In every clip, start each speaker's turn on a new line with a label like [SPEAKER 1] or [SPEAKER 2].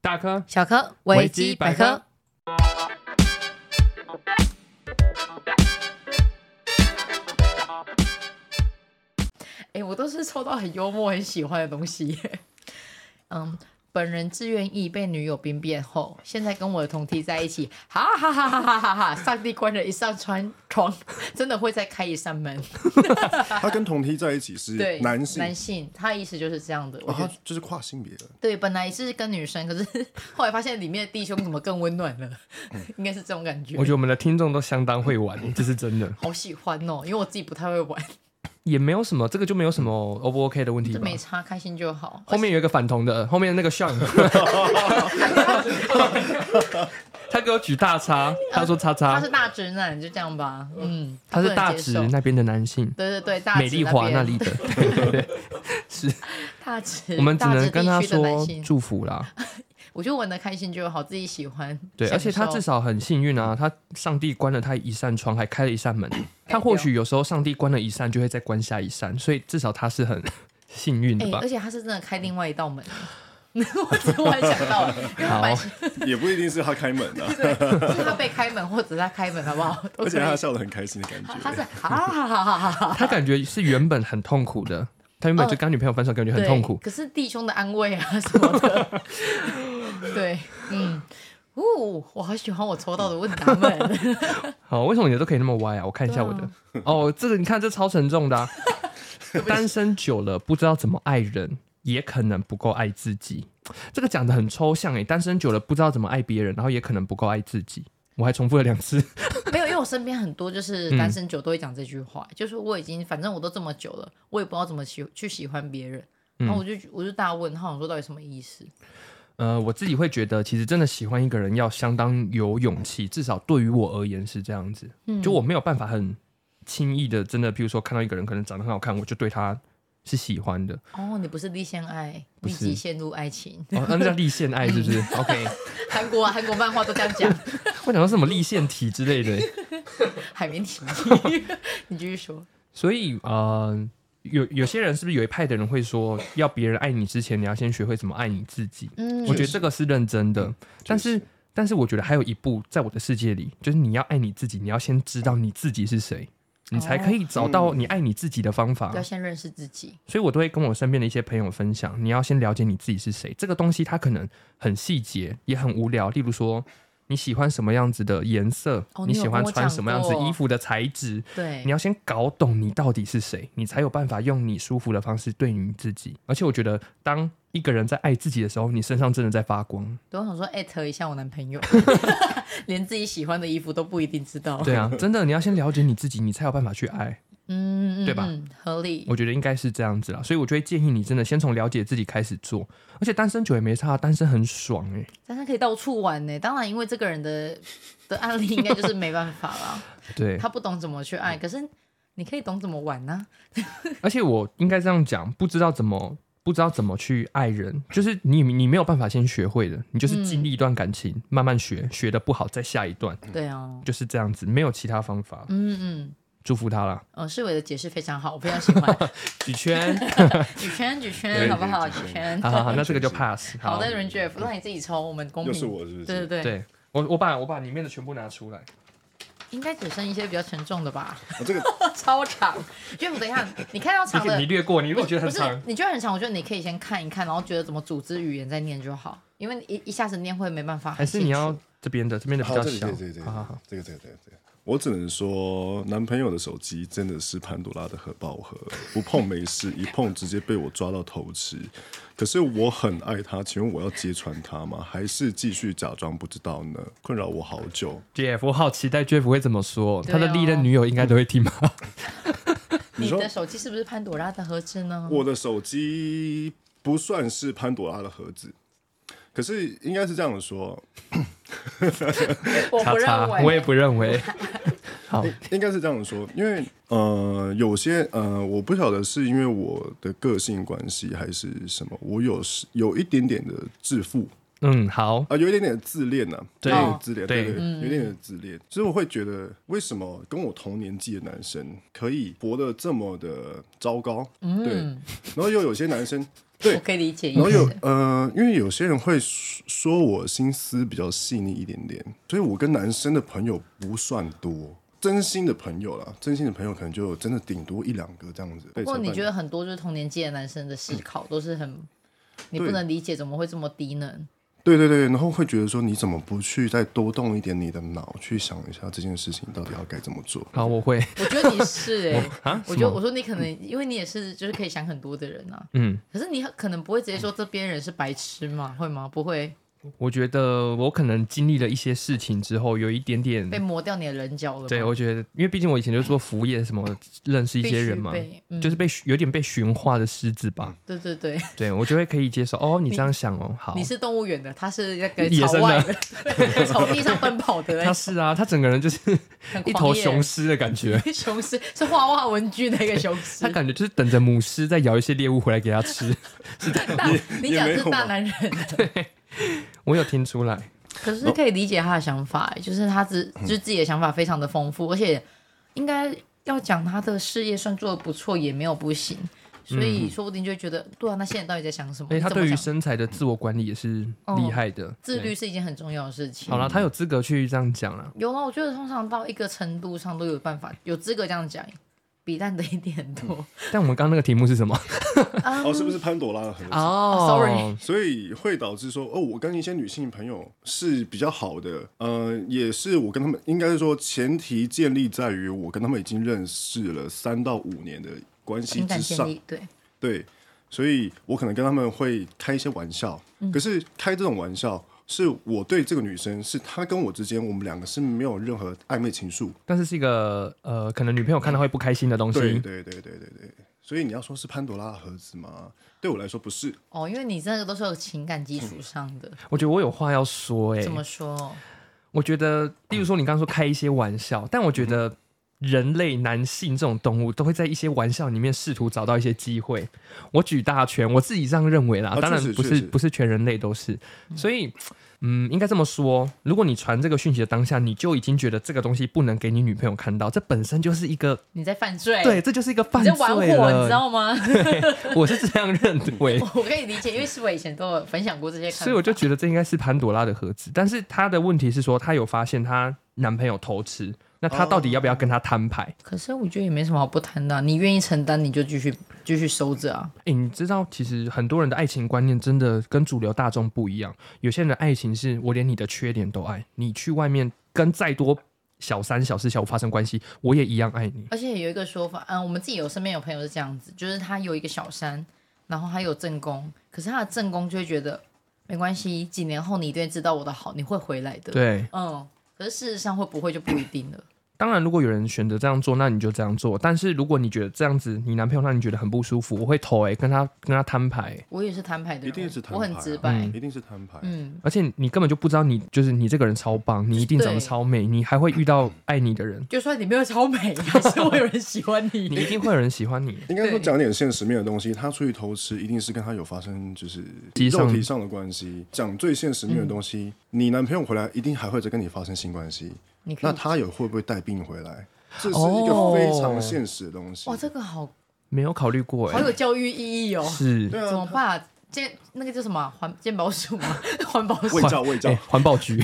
[SPEAKER 1] 大科
[SPEAKER 2] 小科
[SPEAKER 1] 维
[SPEAKER 2] 维
[SPEAKER 1] 基
[SPEAKER 2] 基
[SPEAKER 1] 百
[SPEAKER 2] 百
[SPEAKER 1] 科
[SPEAKER 2] 科。哎、我都是抽到很幽默、很喜欢的东西 耶。嗯，本人自愿意被女友兵变后，现在跟我的同梯在一起，哈哈哈哈哈哈哈！上帝关了一扇窗，窗真的会再开一扇门。
[SPEAKER 3] 他跟同梯在一起是
[SPEAKER 2] 对，
[SPEAKER 3] 男性，
[SPEAKER 2] 男性，他的意思就是这样的。我
[SPEAKER 3] 哦，
[SPEAKER 2] 觉得
[SPEAKER 3] 他就是跨性别的。
[SPEAKER 2] 对，本来是跟女生，可是 后来发现里面的弟兄怎么更温暖了， 应该是这种感觉。
[SPEAKER 1] 嗯我觉得我们的听众都相当会
[SPEAKER 2] 嗯
[SPEAKER 1] 玩，这是真的，
[SPEAKER 2] 好喜欢哦，因为我自己不太会玩，
[SPEAKER 1] 也没有什么，这个就没有什么 O 不 OK 的问题
[SPEAKER 2] 就
[SPEAKER 1] 吧。
[SPEAKER 2] 嗯没差，开心就好。
[SPEAKER 1] 后面有一个反同的，后面那个 s 他给我举大 叉，他说叉
[SPEAKER 2] 他
[SPEAKER 1] 叉
[SPEAKER 2] 是，大直男，就这样吧。嗯，
[SPEAKER 1] 啊他是
[SPEAKER 2] 不能
[SPEAKER 1] 大
[SPEAKER 2] 接
[SPEAKER 1] 直
[SPEAKER 2] 受
[SPEAKER 1] 那边的男性，
[SPEAKER 2] 对对对，大
[SPEAKER 1] 美丽华那里
[SPEAKER 2] 边
[SPEAKER 1] 的，对对对，是
[SPEAKER 2] 大 直，
[SPEAKER 1] 我们只
[SPEAKER 2] 大
[SPEAKER 1] 能
[SPEAKER 2] 直
[SPEAKER 1] 跟
[SPEAKER 2] 地
[SPEAKER 1] 他
[SPEAKER 2] 区的男
[SPEAKER 1] 说
[SPEAKER 2] 性
[SPEAKER 1] 祝福啦。
[SPEAKER 2] 我就玩的开心就好，自己喜欢。
[SPEAKER 1] 对，而且他
[SPEAKER 2] 享受
[SPEAKER 1] 至少很幸运啊，他上帝关了他一扇窗，还开了一扇
[SPEAKER 2] 嗯
[SPEAKER 1] 门。他或许有时候上帝关了一扇，就会再关下一扇，所以至少他是很幸运
[SPEAKER 2] 哎、
[SPEAKER 1] 的吧
[SPEAKER 2] 而。且他是真的开另外一道门。 我只突然想 到，因为我蛮喜
[SPEAKER 3] 也不一定是他开门 啊，
[SPEAKER 2] 是他被开门或者他开门，好不好？都
[SPEAKER 3] 而且
[SPEAKER 2] 可以
[SPEAKER 3] 他笑得很开心的感
[SPEAKER 2] 他是
[SPEAKER 3] 觉。哎
[SPEAKER 2] 哈 哈哈哈哈哈。
[SPEAKER 1] 他感觉是原本很痛苦的，他原本就跟他女朋友分手，感觉很
[SPEAKER 2] 对，
[SPEAKER 1] 痛苦。
[SPEAKER 2] 可是弟兄的安慰啊什么的， 对，嗯，哦，我好喜欢我抽到的问答 们。
[SPEAKER 1] 好，为什么你的都可以那么歪啊？我看一下我的。哦，这个你看，这超沉重的、啊。单身久了，不知道怎么爱人，也可能不够爱自己。这个讲的很抽象诶，欸单身久了不知道怎么爱别人，然后也可能不够爱自己。我还重复了两次。
[SPEAKER 2] 没有，因为我身边很多就是
[SPEAKER 1] 嗯
[SPEAKER 2] 单身久都会讲这句话，就是我已经反正我都这么久了，我也不知道怎么喜去喜欢别人，然后我就
[SPEAKER 1] 嗯
[SPEAKER 2] 我就大问号，我说到底什么意思？
[SPEAKER 1] 呃，我自己会觉得，其实真的喜欢一个人要相当有勇气，至少对于我而言是这样子。就我没有办法很轻易的，真的，譬如说看到一个人可能长得很好看，我就对他是喜欢的。
[SPEAKER 2] 哦，你不是立现爱，
[SPEAKER 1] 不
[SPEAKER 2] 立
[SPEAKER 1] 是。
[SPEAKER 2] 即陷入爱情
[SPEAKER 1] 哦，那叫立线爱是不是？OK，
[SPEAKER 2] 韩国啊韩国漫画都这样讲，
[SPEAKER 1] 我想到什么立线体之类的。
[SPEAKER 2] 海绵体， 你继续说。
[SPEAKER 1] 所以，呃，有有些人是不是有一派的人会说，要别人爱你之前，你要先学会怎么爱你自己？
[SPEAKER 2] 嗯
[SPEAKER 1] 我觉得这个是认真的，但是。但是我觉得还有一步，在我的世界里，就是你要爱你自己，你要先知道你自己是
[SPEAKER 2] 哦
[SPEAKER 1] 谁，你才可以找到
[SPEAKER 2] 嗯
[SPEAKER 1] 你爱你自己的方法。
[SPEAKER 2] 要先认识自己，
[SPEAKER 1] 所以我都会跟我身边的一些朋友分享，你要先了解你自己是谁。这个东西它可能很细节，也很无聊。例如说，你喜欢什么样子的颜色，
[SPEAKER 2] 哦
[SPEAKER 1] 你喜欢
[SPEAKER 2] 你有跟我
[SPEAKER 1] 穿
[SPEAKER 2] 讲
[SPEAKER 1] 什么样子
[SPEAKER 2] 过
[SPEAKER 1] 衣服的材质，
[SPEAKER 2] 对
[SPEAKER 1] 你，要先搞懂你到底是谁，你才有办法用你舒服的方式对你自己。而且我觉得，当一个人在爱自己的时候，你身上真的在发光。
[SPEAKER 2] 都想说艾特一下我男朋友，连自己喜欢的衣服都不一定知道。
[SPEAKER 1] 对啊，真的，你要先了解你自己，你才有办法去爱。
[SPEAKER 2] 嗯，嗯，
[SPEAKER 1] 对吧
[SPEAKER 2] 嗯？合理。
[SPEAKER 1] 我觉得应该是这样子啦，所以我就会建议你真的先从了解自己开始做。而且单身久也没差，单身很爽欸诶、
[SPEAKER 2] 但他可以到处玩呢。当然，因为这个人的的案例应该就是没办法啦，
[SPEAKER 1] 对，
[SPEAKER 2] 他不懂怎么去爱，可是你可以懂怎么玩呢、
[SPEAKER 1] 而且我应该这样讲，不知道怎么。不知道怎么去爱人，就是你你没有办法先学会的，你
[SPEAKER 2] 嗯
[SPEAKER 1] 就是经历一段感情，慢慢学，学的不好再下一段，
[SPEAKER 2] 对啊，
[SPEAKER 1] 就是这样子，没有其他方法。
[SPEAKER 2] 嗯嗯。
[SPEAKER 1] 祝福他啦，
[SPEAKER 2] 呃，世伟的解释非常好，我非常喜欢。
[SPEAKER 1] 举 圈。
[SPEAKER 2] 举圈，举
[SPEAKER 3] 对
[SPEAKER 2] 圈，好不好？举圈。
[SPEAKER 1] 好好好，那这个就 pass。
[SPEAKER 2] 好的，Range F，让你自己抽，我们公平。
[SPEAKER 3] 又是我是不是
[SPEAKER 2] 对对对，
[SPEAKER 1] 对我我把我把里面的全部拿出来。
[SPEAKER 2] 应该只剩一些比较沉重的吧？
[SPEAKER 3] 我哦这个
[SPEAKER 2] 超长，因为我等一下，你看到
[SPEAKER 1] 你
[SPEAKER 2] 长
[SPEAKER 1] 可
[SPEAKER 2] 的
[SPEAKER 1] 以，你略过，你如果觉得
[SPEAKER 2] 不
[SPEAKER 1] 很
[SPEAKER 2] 是
[SPEAKER 1] 长，，
[SPEAKER 2] 你觉得很长，我觉得你可以先看一看，然后觉得怎么组织语言再念就好，因为一一下子念会没办法。
[SPEAKER 1] 还是你要这边的，这边的比
[SPEAKER 3] 好，
[SPEAKER 1] 较
[SPEAKER 3] 这里
[SPEAKER 1] 小
[SPEAKER 3] 这里这里这。里
[SPEAKER 1] 好好好，
[SPEAKER 3] 这个这个这个这个，我只能说，男朋友的手机真的是潘多拉的核爆盒，不碰没事，一碰直接被我抓到头吃。可是我很爱他，请问我要揭穿他吗？还是继续假装不知道呢？困扰我好久。
[SPEAKER 1] ，Jeff，我好期待 Jeff 会怎么说。
[SPEAKER 2] 对
[SPEAKER 1] 他
[SPEAKER 2] 哦
[SPEAKER 1] 的历任女友应该都会听吧？
[SPEAKER 2] 你
[SPEAKER 3] 说
[SPEAKER 2] 的手机是不是潘朵拉的盒子呢？
[SPEAKER 3] 我的手机不算是潘多拉的盒子，可是应该是这样说，
[SPEAKER 2] 我不认为，
[SPEAKER 1] 我也不认 为。好，
[SPEAKER 3] 应该是这样说，因为呃，有些呃，我不晓得是因为我的个性关系还是什么，我有时有一点点的自负
[SPEAKER 1] 嗯，好
[SPEAKER 3] 啊、，有一点点自恋呐、
[SPEAKER 1] 对
[SPEAKER 3] 有一点点自恋，
[SPEAKER 1] 对
[SPEAKER 3] 对对，有一点点自恋。所以我会觉得，为什么跟我同年纪的男生可以活得这么的糟糕？对，然后又有些男生对
[SPEAKER 2] 我可以理解意
[SPEAKER 3] 然后有
[SPEAKER 2] 思。
[SPEAKER 3] 呃，因为有些人会说说我心思比较细腻一点点，所以我跟男生的朋友不算多，真心的朋友啦，真心的朋友可能就真的顶多一两个这样子。
[SPEAKER 2] 不过你觉得很多就是同年纪的男生的思考都是很，你不
[SPEAKER 3] 对
[SPEAKER 2] 能理解怎么会这么低能。
[SPEAKER 3] 对对对，然后会觉得说你怎么不去再多动一点你的脑，去想一下这件事情到底要该怎么做？
[SPEAKER 1] 好，我会，
[SPEAKER 2] 我觉得你是哎、
[SPEAKER 1] 啊
[SPEAKER 2] 我
[SPEAKER 1] 什
[SPEAKER 2] 觉得
[SPEAKER 1] 么
[SPEAKER 2] 我说你可能因为你也是就是可以想很多的人啊，
[SPEAKER 1] 嗯，
[SPEAKER 2] 可是你可能不会直接说这边人是白痴嘛，会吗？不会
[SPEAKER 1] 我觉得我可能经历了一些事情之后，有一点点
[SPEAKER 2] 被磨掉你的棱角了吗？
[SPEAKER 1] 对，我觉得，因为毕竟我以前就做服务业什么，认识一
[SPEAKER 2] 必
[SPEAKER 1] 些
[SPEAKER 2] 须
[SPEAKER 1] 人嘛，
[SPEAKER 2] 被嗯
[SPEAKER 1] 就是被有点被驯化的狮子吧。
[SPEAKER 2] 对对对，
[SPEAKER 1] 对我就会可以接受。哦，你这样想哦，好
[SPEAKER 2] 你，是动物园的，他是那个
[SPEAKER 1] 野
[SPEAKER 2] 草
[SPEAKER 1] 生的
[SPEAKER 2] 外的，对草地上奔跑的那
[SPEAKER 1] 他
[SPEAKER 2] 种，
[SPEAKER 1] 是啊，他整个人就是
[SPEAKER 2] 很
[SPEAKER 1] 一头
[SPEAKER 2] 狂野
[SPEAKER 1] 雄狮的感觉，
[SPEAKER 2] 雄狮是画画文具的一个雄狮
[SPEAKER 1] 他。感觉就是等着母狮在咬一些猎物回来给他 吃。
[SPEAKER 2] 大你讲
[SPEAKER 3] 也
[SPEAKER 2] 是
[SPEAKER 3] 没有
[SPEAKER 2] 大
[SPEAKER 3] 吧
[SPEAKER 2] 男人，
[SPEAKER 1] 我有听出来，
[SPEAKER 2] 可是可以理解他的想法，就是他自就是自己的想法非常的丰富，而且应该要讲他的事业算做的不错，也没有不行。所以说不定就会觉得，对啊，那些人到底在想什么？
[SPEAKER 1] 哎，
[SPEAKER 2] 你
[SPEAKER 1] 他
[SPEAKER 2] 怎么
[SPEAKER 1] 对于
[SPEAKER 2] 想
[SPEAKER 1] 身材的自我管理也是厉害的，
[SPEAKER 2] 自律
[SPEAKER 1] 对。
[SPEAKER 2] 是一件很重要的事情
[SPEAKER 1] 好。了，他有资格去这样讲了。
[SPEAKER 2] 有啊，我觉得通常到一个程度上都有办法，有资格这样讲，比烂的一点很多。
[SPEAKER 1] 但我们刚刚那个题目是 什么？
[SPEAKER 3] 哦，是不是潘朵拉的盒子？
[SPEAKER 2] 哦，sorry
[SPEAKER 3] 所以会导致说，哦，我跟一些女性朋友是比较好的，呃，也是我跟他们，应该是说前提建立在于我跟他们已经认识了三到五年的关系
[SPEAKER 2] 情感
[SPEAKER 3] 之
[SPEAKER 2] 建
[SPEAKER 3] 上，
[SPEAKER 2] 立对，
[SPEAKER 3] 对，所以我可能跟他们会开一些玩笑，
[SPEAKER 2] 嗯
[SPEAKER 3] 可是开这种玩笑是我对这个女生，是她跟我之间，我们两个是没有任何暧昧情愫。
[SPEAKER 1] 但是是一个呃，可能女朋友看到会不开心的东西。
[SPEAKER 3] 对对对对对对，所以你要说是潘多拉的盒子吗？对我来说不是，
[SPEAKER 2] 哦，因为你这个都是有情感
[SPEAKER 1] 嗯
[SPEAKER 2] 基础上的。
[SPEAKER 1] 我觉得我有话要说、欸，
[SPEAKER 2] 怎么说？
[SPEAKER 1] 我觉得，例如说你刚刚说开一些玩笑，但我
[SPEAKER 3] 嗯
[SPEAKER 1] 觉得人类男性这种动物都会在一些玩笑里面试图找到一些机会。我举大全，我自己这样认为啦，
[SPEAKER 3] 啊
[SPEAKER 1] 当然
[SPEAKER 3] 确实
[SPEAKER 1] 不
[SPEAKER 3] 确
[SPEAKER 1] 是
[SPEAKER 3] 实
[SPEAKER 1] 不是全人类都是，所以。嗯，应该这么说。如果你传这个讯息的当下，你就已经觉得这个东西不能给你女朋友看到，这本身就是一个
[SPEAKER 2] 你在犯罪？
[SPEAKER 1] 对，，这就是一个犯
[SPEAKER 2] 哎你
[SPEAKER 1] 罪
[SPEAKER 2] 在玩火，你知
[SPEAKER 1] 了。
[SPEAKER 2] 道吗？
[SPEAKER 1] 我是这样认 为。
[SPEAKER 2] 我可以理解，因为是我以前都有分享过这些看法，
[SPEAKER 1] 所以我就觉得这应该是潘朵拉的盒子，但是她的问题是说，她有发现她男朋友偷吃，那她到底要不要跟他摊牌？
[SPEAKER 2] 可是我觉得也没什么好不谈的啊、你愿意承担，你就继续继续收着啊。
[SPEAKER 1] 哎、你知道，其实很多人的爱情观念真的跟主流大众不一样。有些人的爱情是我连你的缺点都爱，你去外面跟再多小三、小四、小五发生关系，我也一样爱你。
[SPEAKER 2] 而且有一个说法，嗯，我们自己有身边有朋友是这样子，就是他有一个小三，然后他有正宫，可是他的正宫就会觉得没关系，几年后你一定会知道我的好，你会回来的。，
[SPEAKER 1] 对，
[SPEAKER 2] 嗯，可是事实上会不会就不一定了。
[SPEAKER 1] 当然，如果有人选择这样做，那你就这样做。但是如果你觉得这样子，你男朋友让你觉得很不舒服，我会投哎、跟他跟他摊牌、
[SPEAKER 2] 我也是摊牌的人，
[SPEAKER 3] 一定是摊牌啊
[SPEAKER 2] 我很直白。
[SPEAKER 3] 一定是摊牌。
[SPEAKER 2] 嗯，
[SPEAKER 1] 而且你根本就不知道你就是你这个人超棒，你一定长得
[SPEAKER 2] 对
[SPEAKER 1] 超美，你还会遇到爱你的 人，
[SPEAKER 2] 就算你没有超美，还是会有人喜欢你。
[SPEAKER 1] 你一定会有人喜欢你。
[SPEAKER 3] 应该说
[SPEAKER 2] 对
[SPEAKER 3] 讲点现实面的东西，他出去偷吃一定是跟他有发生就是
[SPEAKER 1] 机上
[SPEAKER 3] 肉体上的关系。讲最现实面的东
[SPEAKER 2] 嗯
[SPEAKER 3] 西，你男朋友回来一定还会再跟你发生性关系，
[SPEAKER 2] 你可
[SPEAKER 3] 那
[SPEAKER 2] 以
[SPEAKER 3] 他也会不会带病回来？这是一
[SPEAKER 1] 哦
[SPEAKER 3] 个非常现实的东西。
[SPEAKER 2] 哇，哦这个好
[SPEAKER 1] 没有考虑过哎、
[SPEAKER 2] 好有教育意义哦。
[SPEAKER 1] 是
[SPEAKER 3] 对
[SPEAKER 2] 怎么
[SPEAKER 3] 啊，
[SPEAKER 2] 办、啊？健那个叫什么啊环健保署吗？环保署
[SPEAKER 3] 味道味道
[SPEAKER 1] 哎，环保局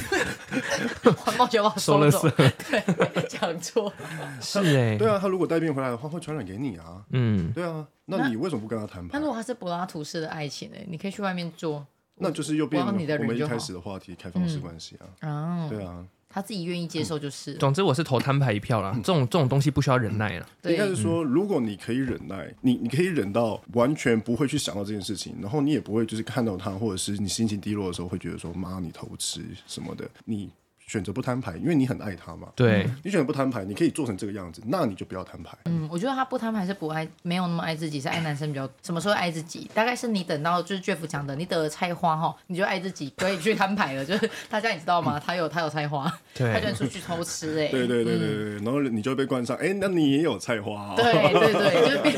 [SPEAKER 2] 环保局把我
[SPEAKER 1] 收
[SPEAKER 2] 收
[SPEAKER 1] 了
[SPEAKER 2] 走
[SPEAKER 1] 色。，
[SPEAKER 2] 对，讲错。
[SPEAKER 1] 是哎、
[SPEAKER 3] 对啊，他如果带病回来的话，会传染给你啊。
[SPEAKER 1] 嗯，
[SPEAKER 3] 对啊，那你为什么不跟他谈
[SPEAKER 2] 那
[SPEAKER 3] 判
[SPEAKER 2] 如？果他是柏拉图式的爱情呢？你可以去外面做
[SPEAKER 3] 那就是又变
[SPEAKER 2] 我要你的人
[SPEAKER 3] 我们一
[SPEAKER 2] 就好
[SPEAKER 3] 开始的话题，开放式关系啊。
[SPEAKER 2] 啊，
[SPEAKER 3] 对啊，
[SPEAKER 2] 他自己愿意接受就是。
[SPEAKER 1] 总之我是投摊牌一票啦。这种这种东西不需要忍耐了。
[SPEAKER 3] 应该是
[SPEAKER 2] 对，
[SPEAKER 3] 说，如果你可以忍耐，你你可以忍到完全不会去想到这件事情，然后你也不会就是看到他，或者是你心情低落的时候会觉得说妈你偷吃什么的，你选择不摊牌，因为你很爱他嘛。
[SPEAKER 1] 对，
[SPEAKER 3] 你选择不摊牌，你可以做成这个样子，那你就不要摊牌。
[SPEAKER 2] 嗯，我觉得他不摊牌是不爱，没有那么爱自己，是爱男生比较。什么时候爱自己？大概是你等到就是 Jeff 讲的，你得了菜花哈，你就爱自己，不会去摊牌了。就是大家你知道吗？他有他有菜花，他居
[SPEAKER 1] 对，
[SPEAKER 2] 然出去偷吃哎、
[SPEAKER 3] 对对对对对，然后你就被冠上，哎、那你也有菜花、哦。
[SPEAKER 2] 对对对，就是变，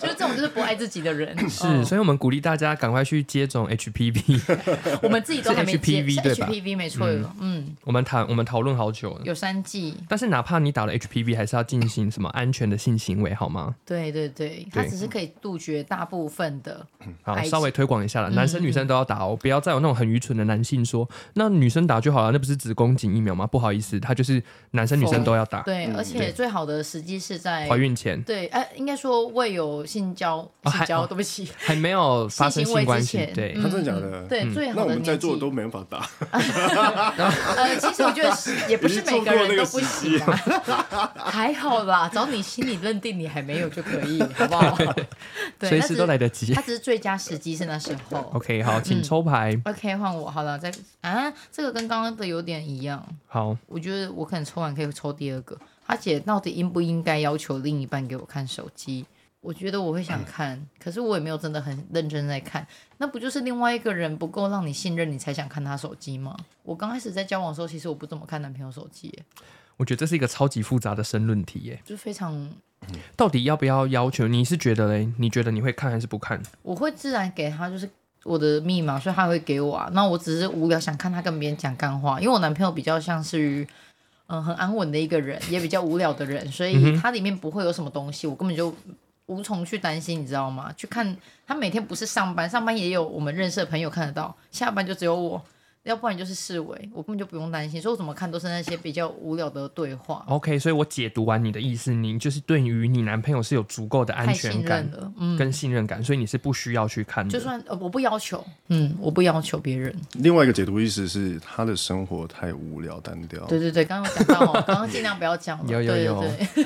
[SPEAKER 2] 就是这种就是不爱自己的人。哦
[SPEAKER 1] 是，所以我们鼓励大家赶快去接种 HPV，
[SPEAKER 2] 我们自己都还没接
[SPEAKER 1] HPV
[SPEAKER 2] 是
[SPEAKER 1] 对吧
[SPEAKER 2] HPV 没错，嗯，
[SPEAKER 1] 我们们谈我们讨论好久了。
[SPEAKER 2] 有三季，
[SPEAKER 1] 但是哪怕你打了 HPV，还是要进行什么安全的性行为，好吗？
[SPEAKER 2] 对对对，它
[SPEAKER 1] 对
[SPEAKER 2] 只是可以杜绝大部分的，
[SPEAKER 1] 好，
[SPEAKER 2] 白痴
[SPEAKER 1] 稍微推广一
[SPEAKER 2] 嗯
[SPEAKER 1] 下了，男生女生都要打哦，不要再有那种很愚蠢的男性说，那女生打就好了，那不是子宫颈疫苗吗？不好意思，它就是男生女生都要打，
[SPEAKER 2] 对，
[SPEAKER 3] 嗯
[SPEAKER 2] 而且最好的时机是在
[SPEAKER 1] 怀孕前
[SPEAKER 2] 对，哎、应该说未有性交，
[SPEAKER 1] 哦
[SPEAKER 2] 性
[SPEAKER 1] 还
[SPEAKER 2] 交，
[SPEAKER 1] 哦
[SPEAKER 2] 对不起，
[SPEAKER 1] 还没有发生性关
[SPEAKER 2] 性行
[SPEAKER 1] 系
[SPEAKER 2] 为之前，嗯
[SPEAKER 1] 对
[SPEAKER 3] 他真的假的？
[SPEAKER 2] 对，
[SPEAKER 1] 嗯
[SPEAKER 2] 最
[SPEAKER 3] 嗯那
[SPEAKER 2] 好
[SPEAKER 3] 我
[SPEAKER 2] 的
[SPEAKER 3] 们在
[SPEAKER 2] 年
[SPEAKER 3] 座的
[SPEAKER 2] 纪。
[SPEAKER 3] 都没办法打，
[SPEAKER 2] 呃，其实我觉得是也不是每个人都不行 啦，还好啦，只要你心里认定你还没有就可以，好不 好？对，
[SPEAKER 1] 随
[SPEAKER 2] 那只
[SPEAKER 1] 时
[SPEAKER 2] 是嗯
[SPEAKER 1] 都来得及
[SPEAKER 2] 他。只是最佳时机是那时候。
[SPEAKER 1] OK，好，请抽牌。
[SPEAKER 2] OK，换我好了，再啊，这个跟刚刚的有点一样，
[SPEAKER 1] 好，
[SPEAKER 2] 我觉得我可能抽完可以抽第二个。他姐到底应不应该要求另一半给我看手机？我觉得我会想看，可是我也没有真的很认真在看。那不就是另外一个人不够让你信任，你才想看他手机吗？我刚开始在交往的时候，其实我不怎么看男朋友手机耶，
[SPEAKER 1] 我觉得这是一个超级复杂的申论题耶，
[SPEAKER 2] 就非常
[SPEAKER 1] 到底要不要要求？你是觉得嘞？你觉得你会看还是不看？
[SPEAKER 2] 我会自然给他就是我的密码，所以他会给我啊。那我只是无聊想看他跟别人讲干话，因为我男朋友比较像是于嗯很安稳的一个人，也比较无聊的人，所以他里面不会有什么东西，我根本就。无从去担心，你知道吗？去看他每天不是上班，上班也有我们认识的朋友看得到，下班就只有我，要不然就是视为，我根本就不用担心。所以我怎么看都是那些比较无聊的对话，
[SPEAKER 1] OK，所以我解读完你的意思，你就是对于你男朋友是有足够的安
[SPEAKER 2] 太信
[SPEAKER 1] 全感
[SPEAKER 2] 任了。嗯，
[SPEAKER 1] 跟信任感，所以你是不需要去看的。
[SPEAKER 2] 就算呃我不要求，嗯，我不要求别人。
[SPEAKER 3] 啊另外一个解读意思是他的生活太无聊单调。
[SPEAKER 2] 对对对，刚刚有讲 到哦，刚刚尽量不要讲了。
[SPEAKER 1] 哦有有有
[SPEAKER 2] 对对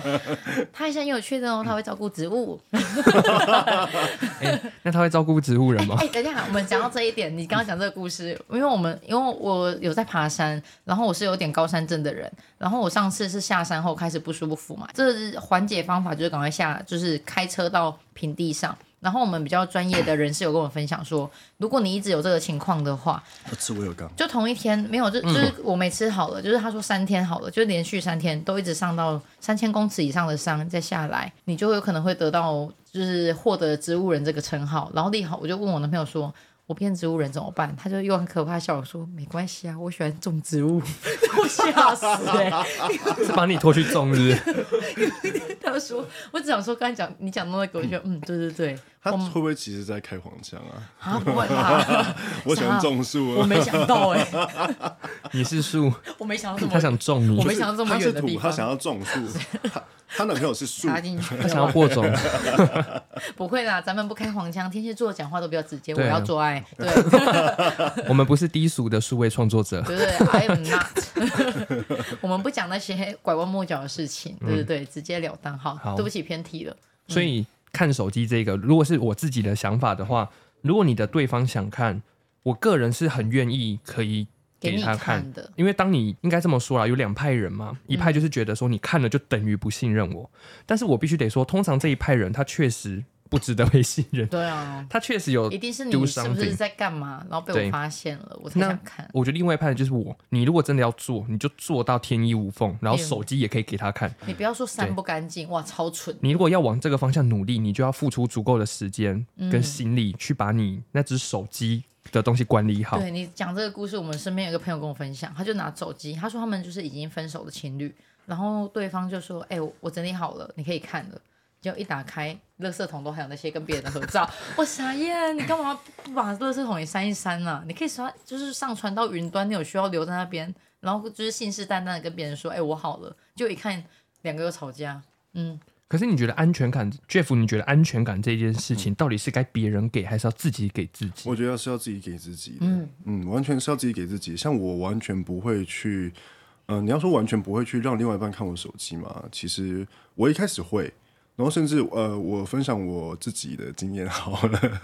[SPEAKER 2] 对， 他还是很有趣的哦，他会照顾植物。
[SPEAKER 1] 那他会照顾植物人吗？
[SPEAKER 2] 哎，等一下，我们讲到这一点，你刚刚讲这个故事，因为我们因为我有在爬山，然后我是有点高山症的人，然后我上次是下山后开始不舒服嘛，这是缓解方法就是赶快下，就是开车到平地上。然后我们比较专业的人士有跟我分享说，如果你一直有这个情况的话，
[SPEAKER 3] 我吃我有刚，
[SPEAKER 2] 就同一天没有，就
[SPEAKER 1] 嗯
[SPEAKER 2] 就是我没吃好了，就是他说三天好了，就连续三天都一直上到三千公尺以上的山，再下来，你就有可能会得到就是获得植物人这个称号。然后立好，我就问我男朋友说。我变植物人怎么办？他就用很可怕的笑容说：“没关系啊，我喜欢种植物。” 我吓死哎、
[SPEAKER 1] 是把你拖去种 日？
[SPEAKER 2] 他说：“我只想说，刚才讲你讲到那个，我就觉得嗯，对对对，
[SPEAKER 3] 他会不会其实在开黄腔啊？
[SPEAKER 2] 啊，不会 吧？
[SPEAKER 3] 我喜欢种树
[SPEAKER 2] 我
[SPEAKER 3] 啊。
[SPEAKER 2] 没想到哎、
[SPEAKER 1] 你是树，
[SPEAKER 2] 我没想到这么
[SPEAKER 1] 他想种你
[SPEAKER 2] 我，没想到这么
[SPEAKER 3] 他
[SPEAKER 2] 远
[SPEAKER 3] 是
[SPEAKER 2] 的地
[SPEAKER 3] 土，
[SPEAKER 2] 方
[SPEAKER 3] 他想要种树。 他他男朋友是树，
[SPEAKER 2] 插进去了，
[SPEAKER 1] 他想要播种。
[SPEAKER 2] 啊不会啦，咱们不开黄腔，天蝎座讲话都比较直接。我
[SPEAKER 1] 对啊
[SPEAKER 2] 要做 爱，对对
[SPEAKER 1] 我们不是低俗的数位创作者。
[SPEAKER 2] 对对，I am not。我 们不讲那些拐弯抹角的事情，对对对，直截了当。好，
[SPEAKER 1] 嗯好
[SPEAKER 2] 对不起，偏题了。
[SPEAKER 1] 所以看手机这个，如果是我自己的想法的话，如果你的对方想看，我个人是很愿意可以
[SPEAKER 2] 给
[SPEAKER 1] 给
[SPEAKER 2] 你
[SPEAKER 1] 他看。
[SPEAKER 2] 的，嗯
[SPEAKER 1] 因为当你应该这么说啦，有两派人嘛，一派就是觉得说你看了就等于不信任我，但是我必须得说，通常这一派人他确实不值得被信任，
[SPEAKER 2] 对啊，
[SPEAKER 1] 他确实有
[SPEAKER 2] 一定是你
[SPEAKER 1] do
[SPEAKER 2] 是不是
[SPEAKER 1] something
[SPEAKER 2] 在干嘛，然后被
[SPEAKER 1] 对
[SPEAKER 2] 我发现了，我才
[SPEAKER 1] 那
[SPEAKER 2] 想看。
[SPEAKER 1] 我觉得另外一派的就是我，你如果真的要做，你就做到天衣无缝，然后
[SPEAKER 2] 嗯
[SPEAKER 1] 手机也可以给他看。
[SPEAKER 2] 你不要说删不干净，哇，超蠢。
[SPEAKER 1] 你如果要往这个方向努力，你就要付出足够的时间
[SPEAKER 2] 嗯
[SPEAKER 1] 跟心力去把你那只手机的东西管理好。
[SPEAKER 2] 对你讲这个故事，我们身边有一个朋友跟我分享，他就拿手机，他说他们就是已经分手的情侣，然后对方就说：“哎、我我整理好了，你可以看了。”就一打开，垃圾桶都还有那些跟别人的合照， 我傻眼，你干嘛不把垃圾桶也删一删啊？你可以刷，就是上传到云端，你有需要留在那边，然后就是信誓旦旦的跟别人说：“哎、我好了。”就一看两个又吵架，嗯，
[SPEAKER 1] 可是你觉得安全感，Jeff，你觉得安全感这件事
[SPEAKER 2] 嗯
[SPEAKER 1] 情到底是该别人给，还是要自己给自己？
[SPEAKER 3] 我觉得是要自己给自己的。嗯完全是要自己给自己。像我完全不会去，嗯、你要说完全不会去让另外一半看我手机嘛？其实我一开始会。然后甚至呃，我分享我自己的经验 好了。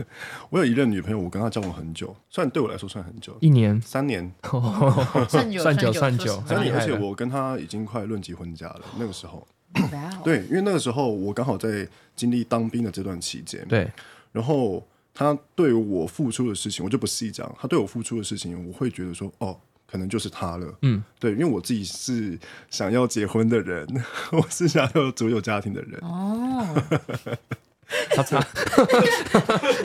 [SPEAKER 3] 我有一任女朋友，我跟她交往很久，虽然对我来说算很久，
[SPEAKER 1] 一年
[SPEAKER 3] 三年，
[SPEAKER 2] 算 久
[SPEAKER 1] 算久
[SPEAKER 2] 久
[SPEAKER 1] 算
[SPEAKER 2] 说
[SPEAKER 1] 久
[SPEAKER 2] 实
[SPEAKER 1] 很
[SPEAKER 3] 三
[SPEAKER 1] 厉
[SPEAKER 3] 年，
[SPEAKER 1] 害
[SPEAKER 3] 而且
[SPEAKER 1] 了
[SPEAKER 3] 我跟她已经快论及婚嫁了。那个时候，
[SPEAKER 2] 哇哦
[SPEAKER 3] 对，因为那个时候我刚好在经历当兵的这段期间，
[SPEAKER 1] 对，
[SPEAKER 3] 然后他对我付出的事情，我就不细讲。他对我付出的事情，我会觉得说，哦，可能就是他了。嗯，对，因为我自己是 想要结婚的人，我是想要组有家庭的人。
[SPEAKER 2] 哦，
[SPEAKER 1] 叉叉，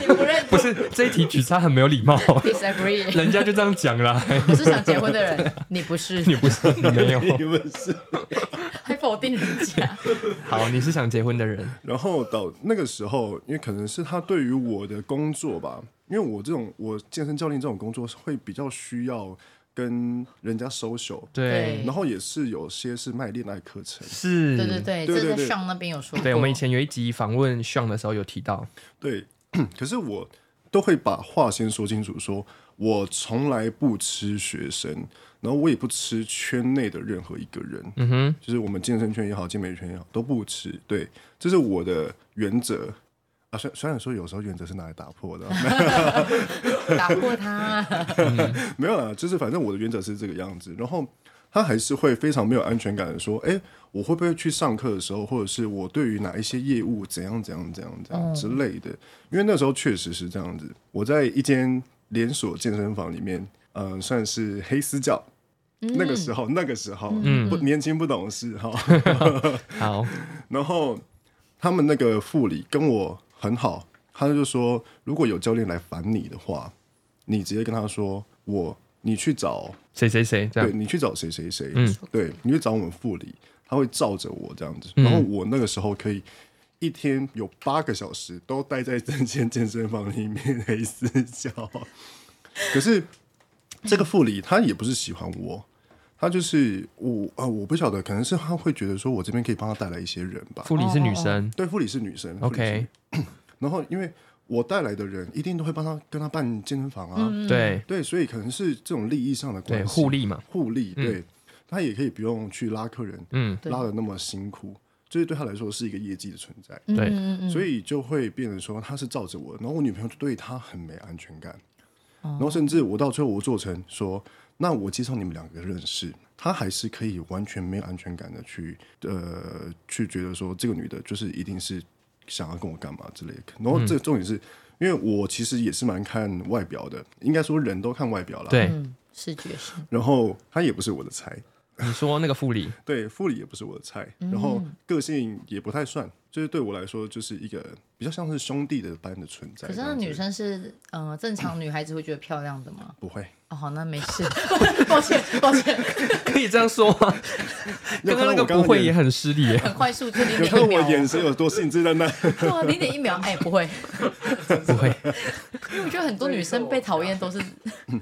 [SPEAKER 2] 你不认
[SPEAKER 1] 不是 这一题举叉很没有礼貌，
[SPEAKER 2] disagree，
[SPEAKER 1] 人家就这样讲啦，
[SPEAKER 2] 我是想结婚的人，你不是，
[SPEAKER 1] 你不是你 没有，
[SPEAKER 3] 你们是。
[SPEAKER 2] 还否定人家，
[SPEAKER 1] 好，你是想结婚的人，
[SPEAKER 3] 然后到那个时候，因为可能是他对于我的工作吧，因为我这种我健身教练这种工作是会比较需要跟人家 social，
[SPEAKER 1] 对
[SPEAKER 2] 对，
[SPEAKER 3] 然后也是有些是卖恋爱课程，
[SPEAKER 1] 是，
[SPEAKER 2] 对对对，
[SPEAKER 3] 对对
[SPEAKER 2] 这个
[SPEAKER 3] 对
[SPEAKER 2] Sean 那边有说
[SPEAKER 1] 嗯
[SPEAKER 2] 过，
[SPEAKER 1] 对我们以前有一集访问 Sean 的时候有提到，
[SPEAKER 3] 对。 可是我都会把话先说清楚说我从来不吃学生，然后我也不吃圈内的任何一个人，
[SPEAKER 1] 嗯哼，
[SPEAKER 3] 就是我们健身圈也好，健美圈也好，都不吃。对，这是我的原则啊。虽虽然说有时候原则是拿来打破的啊，
[SPEAKER 2] 打破 他，
[SPEAKER 3] 没有啦，就是反正我的原则是这个样子。然后他还是会非常没有安全感的说：“哎，我会不会去上课的时候，或者是我对于哪一些业务怎样怎样怎样怎样之类的？”因为那时候确实是这样子，我在一间连锁健身房里面，嗯、算是黑私教。那个时候，那个时候，嗯，不年轻不懂事哈。
[SPEAKER 1] 好，
[SPEAKER 3] 然后他们那个副理跟我很好，他就说，如果有教练来烦你的话，你直接跟他说，我你去找，
[SPEAKER 1] 谁谁谁这
[SPEAKER 3] 对
[SPEAKER 1] 样，
[SPEAKER 3] 你去找谁谁谁，
[SPEAKER 1] 嗯
[SPEAKER 3] 对，你去找我们副理，他会罩着我这样子。
[SPEAKER 1] 嗯
[SPEAKER 3] 然后我那个时候可以一天有八个小时都待在这间健身房里面黑私教， 可是这个副理他也不是喜欢我。他就是我啊，我不晓得，可能是他会觉得说我这边可以帮他带来一些人吧。
[SPEAKER 1] 副理是女
[SPEAKER 2] 哦
[SPEAKER 1] 生
[SPEAKER 3] 对，副理是女生。副理是
[SPEAKER 1] ，OK，
[SPEAKER 3] 然后因为我带来的人一定都会帮他跟他办健身房啊，
[SPEAKER 2] 嗯
[SPEAKER 1] 对
[SPEAKER 3] 对，所以可能是这种利益上的关
[SPEAKER 1] 嗯对，
[SPEAKER 3] 系，
[SPEAKER 1] 互利嘛，
[SPEAKER 3] 互利，对，他也可以不用去拉客人，
[SPEAKER 1] 嗯，
[SPEAKER 2] 对
[SPEAKER 3] 拉的那么辛苦，就是对他来说是一个业绩的存在，
[SPEAKER 1] 对
[SPEAKER 2] 嗯嗯
[SPEAKER 3] 所以就会变成说他是照着我，然后我女朋友就对他很没安全感，
[SPEAKER 2] 哦
[SPEAKER 3] 然后甚至我到最后我做成说，那我介绍你们两个认识。他还是可以完全没有安全感的去，呃，去觉得说这个女的就是一定是想要跟我干嘛之类的。然
[SPEAKER 1] 嗯
[SPEAKER 3] 后这个重点是、因为我其实也是蛮看外表的，应该说人都看外表啦。。
[SPEAKER 1] 对，
[SPEAKER 2] 嗯，视觉上，
[SPEAKER 3] 然后他也不是我的菜，
[SPEAKER 1] 你说那个副理，
[SPEAKER 3] 对，副理也不是我的菜，然后
[SPEAKER 2] 嗯
[SPEAKER 3] 个性也不太算，就是对我来说就是一个比较像是兄弟的般的存
[SPEAKER 2] 可
[SPEAKER 3] 在这
[SPEAKER 2] 是
[SPEAKER 3] 样子。
[SPEAKER 2] 那女生是，嗯，正常女孩子会觉得漂亮的吗？
[SPEAKER 3] 不会，
[SPEAKER 2] 哦，好，那没事， 抱歉，抱歉，
[SPEAKER 1] 可以这样说 吗？刚刚那个
[SPEAKER 3] 有看到我
[SPEAKER 1] 不
[SPEAKER 3] 刚刚
[SPEAKER 1] 会也很失礼耶，
[SPEAKER 2] 很快速，就零
[SPEAKER 3] 有看到
[SPEAKER 2] 点一秒，
[SPEAKER 3] 我眼神有多兴致 在那？
[SPEAKER 2] 对啊，零点一秒，哎，不会，
[SPEAKER 1] 不会，
[SPEAKER 2] 因为我觉得很多女生被讨厌都是，
[SPEAKER 1] 嗯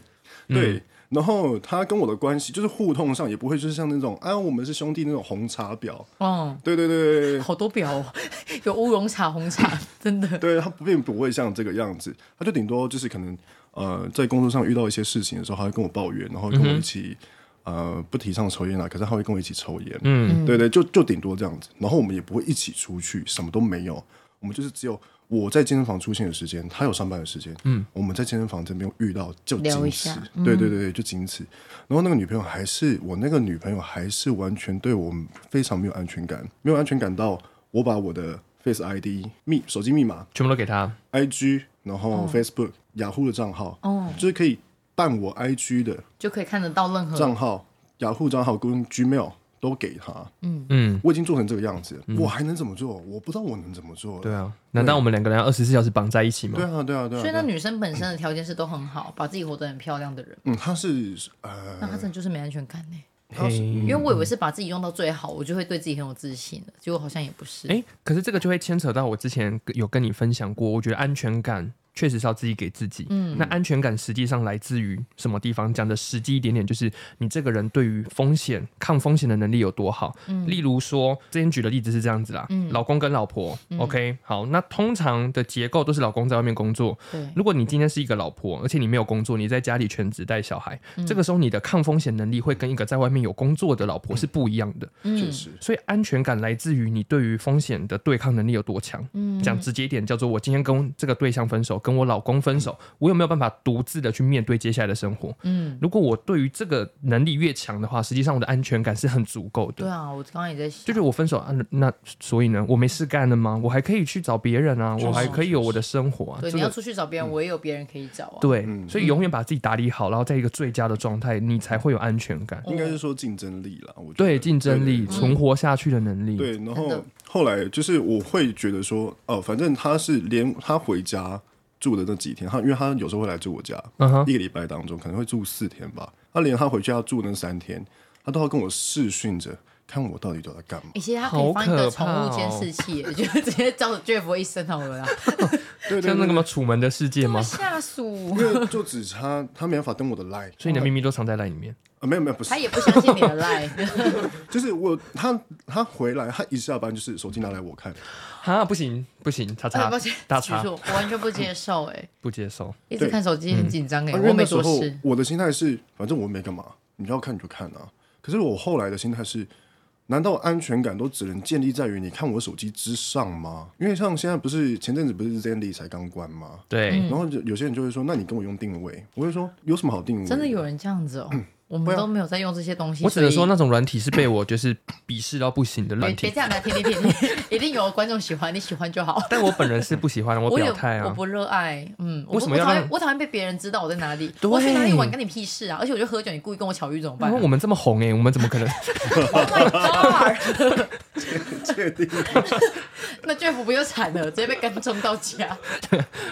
[SPEAKER 3] 对，然后他跟我的关系就是互动上也不会就是像那种啊我们是兄弟那种红茶婊，
[SPEAKER 2] 嗯，
[SPEAKER 3] 对对对对对
[SPEAKER 2] 好多表哦， 有乌龙茶、红茶，真 的，
[SPEAKER 3] 对，他并不会像这个样子，他就顶多就是可能呃在工作上遇到一些事情的时候，他会跟我抱怨，然后跟我一起、
[SPEAKER 2] 嗯
[SPEAKER 3] 呃不提倡抽烟啦，可是他会跟我一起抽烟，
[SPEAKER 1] 嗯，
[SPEAKER 3] 对对，就就顶多这样子。然后我们也不会一起出去，什么都没有，我们就是只有我在健身房出现的时间，他有上班的时间，嗯，我们在健身房这边遇到就
[SPEAKER 2] 聊一
[SPEAKER 3] 仅此
[SPEAKER 2] 下，嗯
[SPEAKER 3] 对对对对，就仅此。然后那个女朋友还是我那个女朋友还是完全对我非常没有安全感，没有安全感到我把我的 Face ID 密手机密码、
[SPEAKER 1] 全部都给他，
[SPEAKER 3] IG，然
[SPEAKER 1] 嗯
[SPEAKER 3] 后 Facebook、雅虎的账号，
[SPEAKER 2] 哦，
[SPEAKER 3] 就是可以办我 IG 的
[SPEAKER 2] 就可以看得到任何
[SPEAKER 3] 账号、雅虎账号跟 Gmail 都给他，
[SPEAKER 1] 嗯，
[SPEAKER 3] 我已经做成这个样子了，我还能怎么做？我不知道我能怎么做了。
[SPEAKER 1] 对啊，难道我们两个人要二十四小时绑在一起吗
[SPEAKER 3] 对？啊，对啊，对
[SPEAKER 2] 所
[SPEAKER 3] 啊。对
[SPEAKER 2] 以那
[SPEAKER 3] 啊
[SPEAKER 2] 女生本身的条件是都很好，把自己活得很漂亮的人，
[SPEAKER 3] 嗯，他是
[SPEAKER 2] 那
[SPEAKER 3] 呃，
[SPEAKER 2] 她真的就是没安全感呢、
[SPEAKER 3] 他是
[SPEAKER 1] 嘿
[SPEAKER 2] 因为我以为是把自己用到最好，我就会对自己很有自信了，结果好像也不是。
[SPEAKER 1] 哎、可是这个就会牵扯到我之前有跟你分享过，我觉得安全感确实是要自己给自己。嗯，那安全感实际上来自于什么地方？讲的实际一点点，就是你这个人对于风险、抗风险的能力有多好。嗯，例如说之前举的例子是这样子啦，老公跟老婆、o k 好，那通常的结构都是老公在外面工作，
[SPEAKER 2] 对，
[SPEAKER 1] 如果你今天是一个老婆，而且你没有工作，你在家里全职带小孩，这个时候你的抗风险能力会跟一个在外面有工作的老婆是不一样的。
[SPEAKER 3] 确实
[SPEAKER 1] 所以安全感来自于你对于风险的对抗能力有多强。嗯，讲直接一点，叫做我今天跟这个对象分手，跟我老公分手，我有没有办法独自的去面对接下来的生活？
[SPEAKER 2] 嗯，
[SPEAKER 1] 如果我对于这个能力越强的话，实际上我的安全感是很足够的。
[SPEAKER 2] 对啊，我刚刚也在想，
[SPEAKER 1] 就是我分手啊，那那所以呢，我没事干了吗？我还可以去找别人啊，
[SPEAKER 3] 确实
[SPEAKER 1] 我还可以有我的生活啊。
[SPEAKER 2] 对，
[SPEAKER 1] 这
[SPEAKER 2] 你要
[SPEAKER 1] 个
[SPEAKER 2] 出去找别人，我也有别人可以找啊。
[SPEAKER 1] 对，
[SPEAKER 3] 嗯
[SPEAKER 1] 所以永远把自己打理好，然后在一个最佳的状态，你才会有安全感。
[SPEAKER 2] 嗯
[SPEAKER 3] 应该是说竞争力啦，我觉得
[SPEAKER 1] 嗯对竞争力、
[SPEAKER 3] 对对
[SPEAKER 1] 存活下去嗯的能力，
[SPEAKER 3] 对，然
[SPEAKER 2] 真的
[SPEAKER 3] 后后来就是我会觉得说，哦、反正他是连他回家住的那几天，他因为他有时候会来住我家，
[SPEAKER 1] 嗯哼，
[SPEAKER 3] 一个礼拜当中可能会住四天吧，他连他回家住那三天，他都要跟我视讯着，看我到底都在干嘛。
[SPEAKER 2] 欸其实他可以放一
[SPEAKER 1] 好
[SPEAKER 2] 个
[SPEAKER 1] 可
[SPEAKER 2] 宠
[SPEAKER 1] 怕
[SPEAKER 2] 物监
[SPEAKER 1] 哦
[SPEAKER 2] 视器 耶，就直接叫 Jeff 一声好了啦，
[SPEAKER 3] 对对
[SPEAKER 1] 像那个
[SPEAKER 3] 对
[SPEAKER 1] 什么《楚门的世界》吗
[SPEAKER 2] 多？下属，
[SPEAKER 3] 因为就只差他没办法登我的 line，
[SPEAKER 1] 所以你的秘密都藏在那里面。
[SPEAKER 3] 啊没有没有不是
[SPEAKER 2] 他，也不相信你 的 lie，
[SPEAKER 3] 就是我他他回来，他一下班就是手机拿来我看，
[SPEAKER 1] 啊，不行不行，叉叉
[SPEAKER 2] 抱歉，
[SPEAKER 1] 大
[SPEAKER 2] 举
[SPEAKER 1] 叉
[SPEAKER 2] 手我完全不接受哎，
[SPEAKER 1] 不接受。
[SPEAKER 2] 一直
[SPEAKER 3] 对
[SPEAKER 2] 看手机
[SPEAKER 1] 嗯
[SPEAKER 2] 很紧张哎，
[SPEAKER 3] 啊因为
[SPEAKER 2] 我没
[SPEAKER 3] 那时
[SPEAKER 2] 做
[SPEAKER 3] 候
[SPEAKER 2] 事，
[SPEAKER 3] 我的心态是反正我没干嘛，你要看你就看啊。可是我后来的心态是，难道安全感都只能建立在于你看我手机之上吗？因为像现在不是前阵子不是 Zenly 才刚关吗？
[SPEAKER 2] 嗯
[SPEAKER 1] 对，
[SPEAKER 3] 然后就有些人就会说，那你跟我用定位，我会说有什么好定位？
[SPEAKER 2] 真的有人这样子哦，我们
[SPEAKER 3] 会啊
[SPEAKER 2] 都没有在用这些东西，
[SPEAKER 1] 我只能
[SPEAKER 2] 所
[SPEAKER 1] 说
[SPEAKER 2] 以
[SPEAKER 1] 那种软体是被我就是鄙视到不行的
[SPEAKER 2] 别
[SPEAKER 1] 软
[SPEAKER 2] 别
[SPEAKER 1] 体
[SPEAKER 2] 这，样来啊听听听听， 一定有观众喜欢，你喜欢就好。
[SPEAKER 1] 但我本人是不喜欢，我
[SPEAKER 2] 我
[SPEAKER 1] 表
[SPEAKER 2] 有
[SPEAKER 1] 态
[SPEAKER 2] 我
[SPEAKER 1] 啊。
[SPEAKER 2] 不热爱，嗯，我
[SPEAKER 1] 为
[SPEAKER 2] 不
[SPEAKER 1] 什么
[SPEAKER 2] 我
[SPEAKER 1] 要
[SPEAKER 2] 讨厌
[SPEAKER 1] 让
[SPEAKER 2] 我讨厌被别人知道我在哪里？
[SPEAKER 1] 对
[SPEAKER 2] 我去哪里玩干你屁事啊！而且我就喝酒，你故意跟我巧遇怎么办啊
[SPEAKER 1] 因为我们这么红哎、我们怎么可能？
[SPEAKER 2] ？Oh my god！
[SPEAKER 3] 确定？
[SPEAKER 2] 那 Jeff 不就惨了，直接被跟踪到家。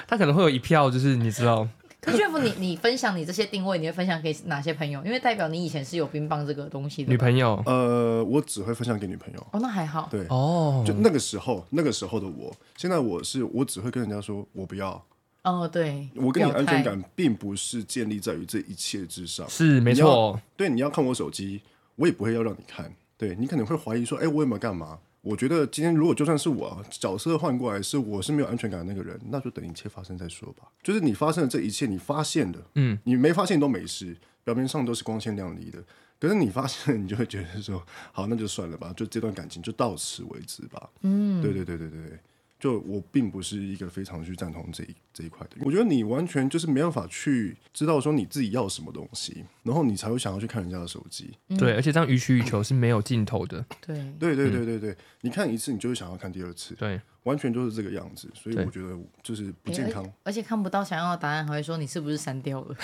[SPEAKER 1] 他可能会有一票，就是你知道，
[SPEAKER 2] 可是 Jeff，你你分享你这些定位，你会分享给哪些朋友？因为代表你以前是有冰棒这个东西的
[SPEAKER 1] 女
[SPEAKER 2] 吧。
[SPEAKER 1] 朋友
[SPEAKER 3] 呃，我只会分享给女朋友。
[SPEAKER 2] 哦，那还好。
[SPEAKER 3] 对，
[SPEAKER 1] 哦
[SPEAKER 3] 就，那个时候，那个时候的我，现在我是我只会跟人家说我不要，
[SPEAKER 2] 哦，对，
[SPEAKER 3] 我跟你
[SPEAKER 2] 表
[SPEAKER 3] 安
[SPEAKER 2] 态。
[SPEAKER 3] 全感并不是建立在于这一切之上。
[SPEAKER 1] 是没错，
[SPEAKER 3] 对，你要看我手机，我也不会要让你看。对你可能会怀疑说，哎，我有没有干嘛？我觉得今天如果就算是我角色换过来，是我是没有安全感的那个人，那就等一切发生再说吧。就是你发生了这一切，你发现了，
[SPEAKER 1] 嗯，
[SPEAKER 3] 你没发现都没事，表面上都是光鲜亮丽的。可是你发现了，你就会觉得说，好，那就算了吧，就这段感情就到此为止吧。嗯，对对对对对对，就我并不是一个非常去赞同这一这一块的人。我觉得你完全就是没办法去知道说你自己要什么东西，然后你才会想要去看人家的手机。
[SPEAKER 2] 嗯
[SPEAKER 1] 对，而且这样予取予求是没有尽头的，
[SPEAKER 2] 对，
[SPEAKER 3] 对对对对对，你看一次，你就会想要看第二次，
[SPEAKER 1] 对，
[SPEAKER 3] 完全就是这个样子。所以
[SPEAKER 1] 对
[SPEAKER 3] 我觉得就是不
[SPEAKER 2] 诶
[SPEAKER 3] 健
[SPEAKER 2] 而
[SPEAKER 3] 康
[SPEAKER 2] 且。而且看不到想要的答案，还会说你是不是删掉了？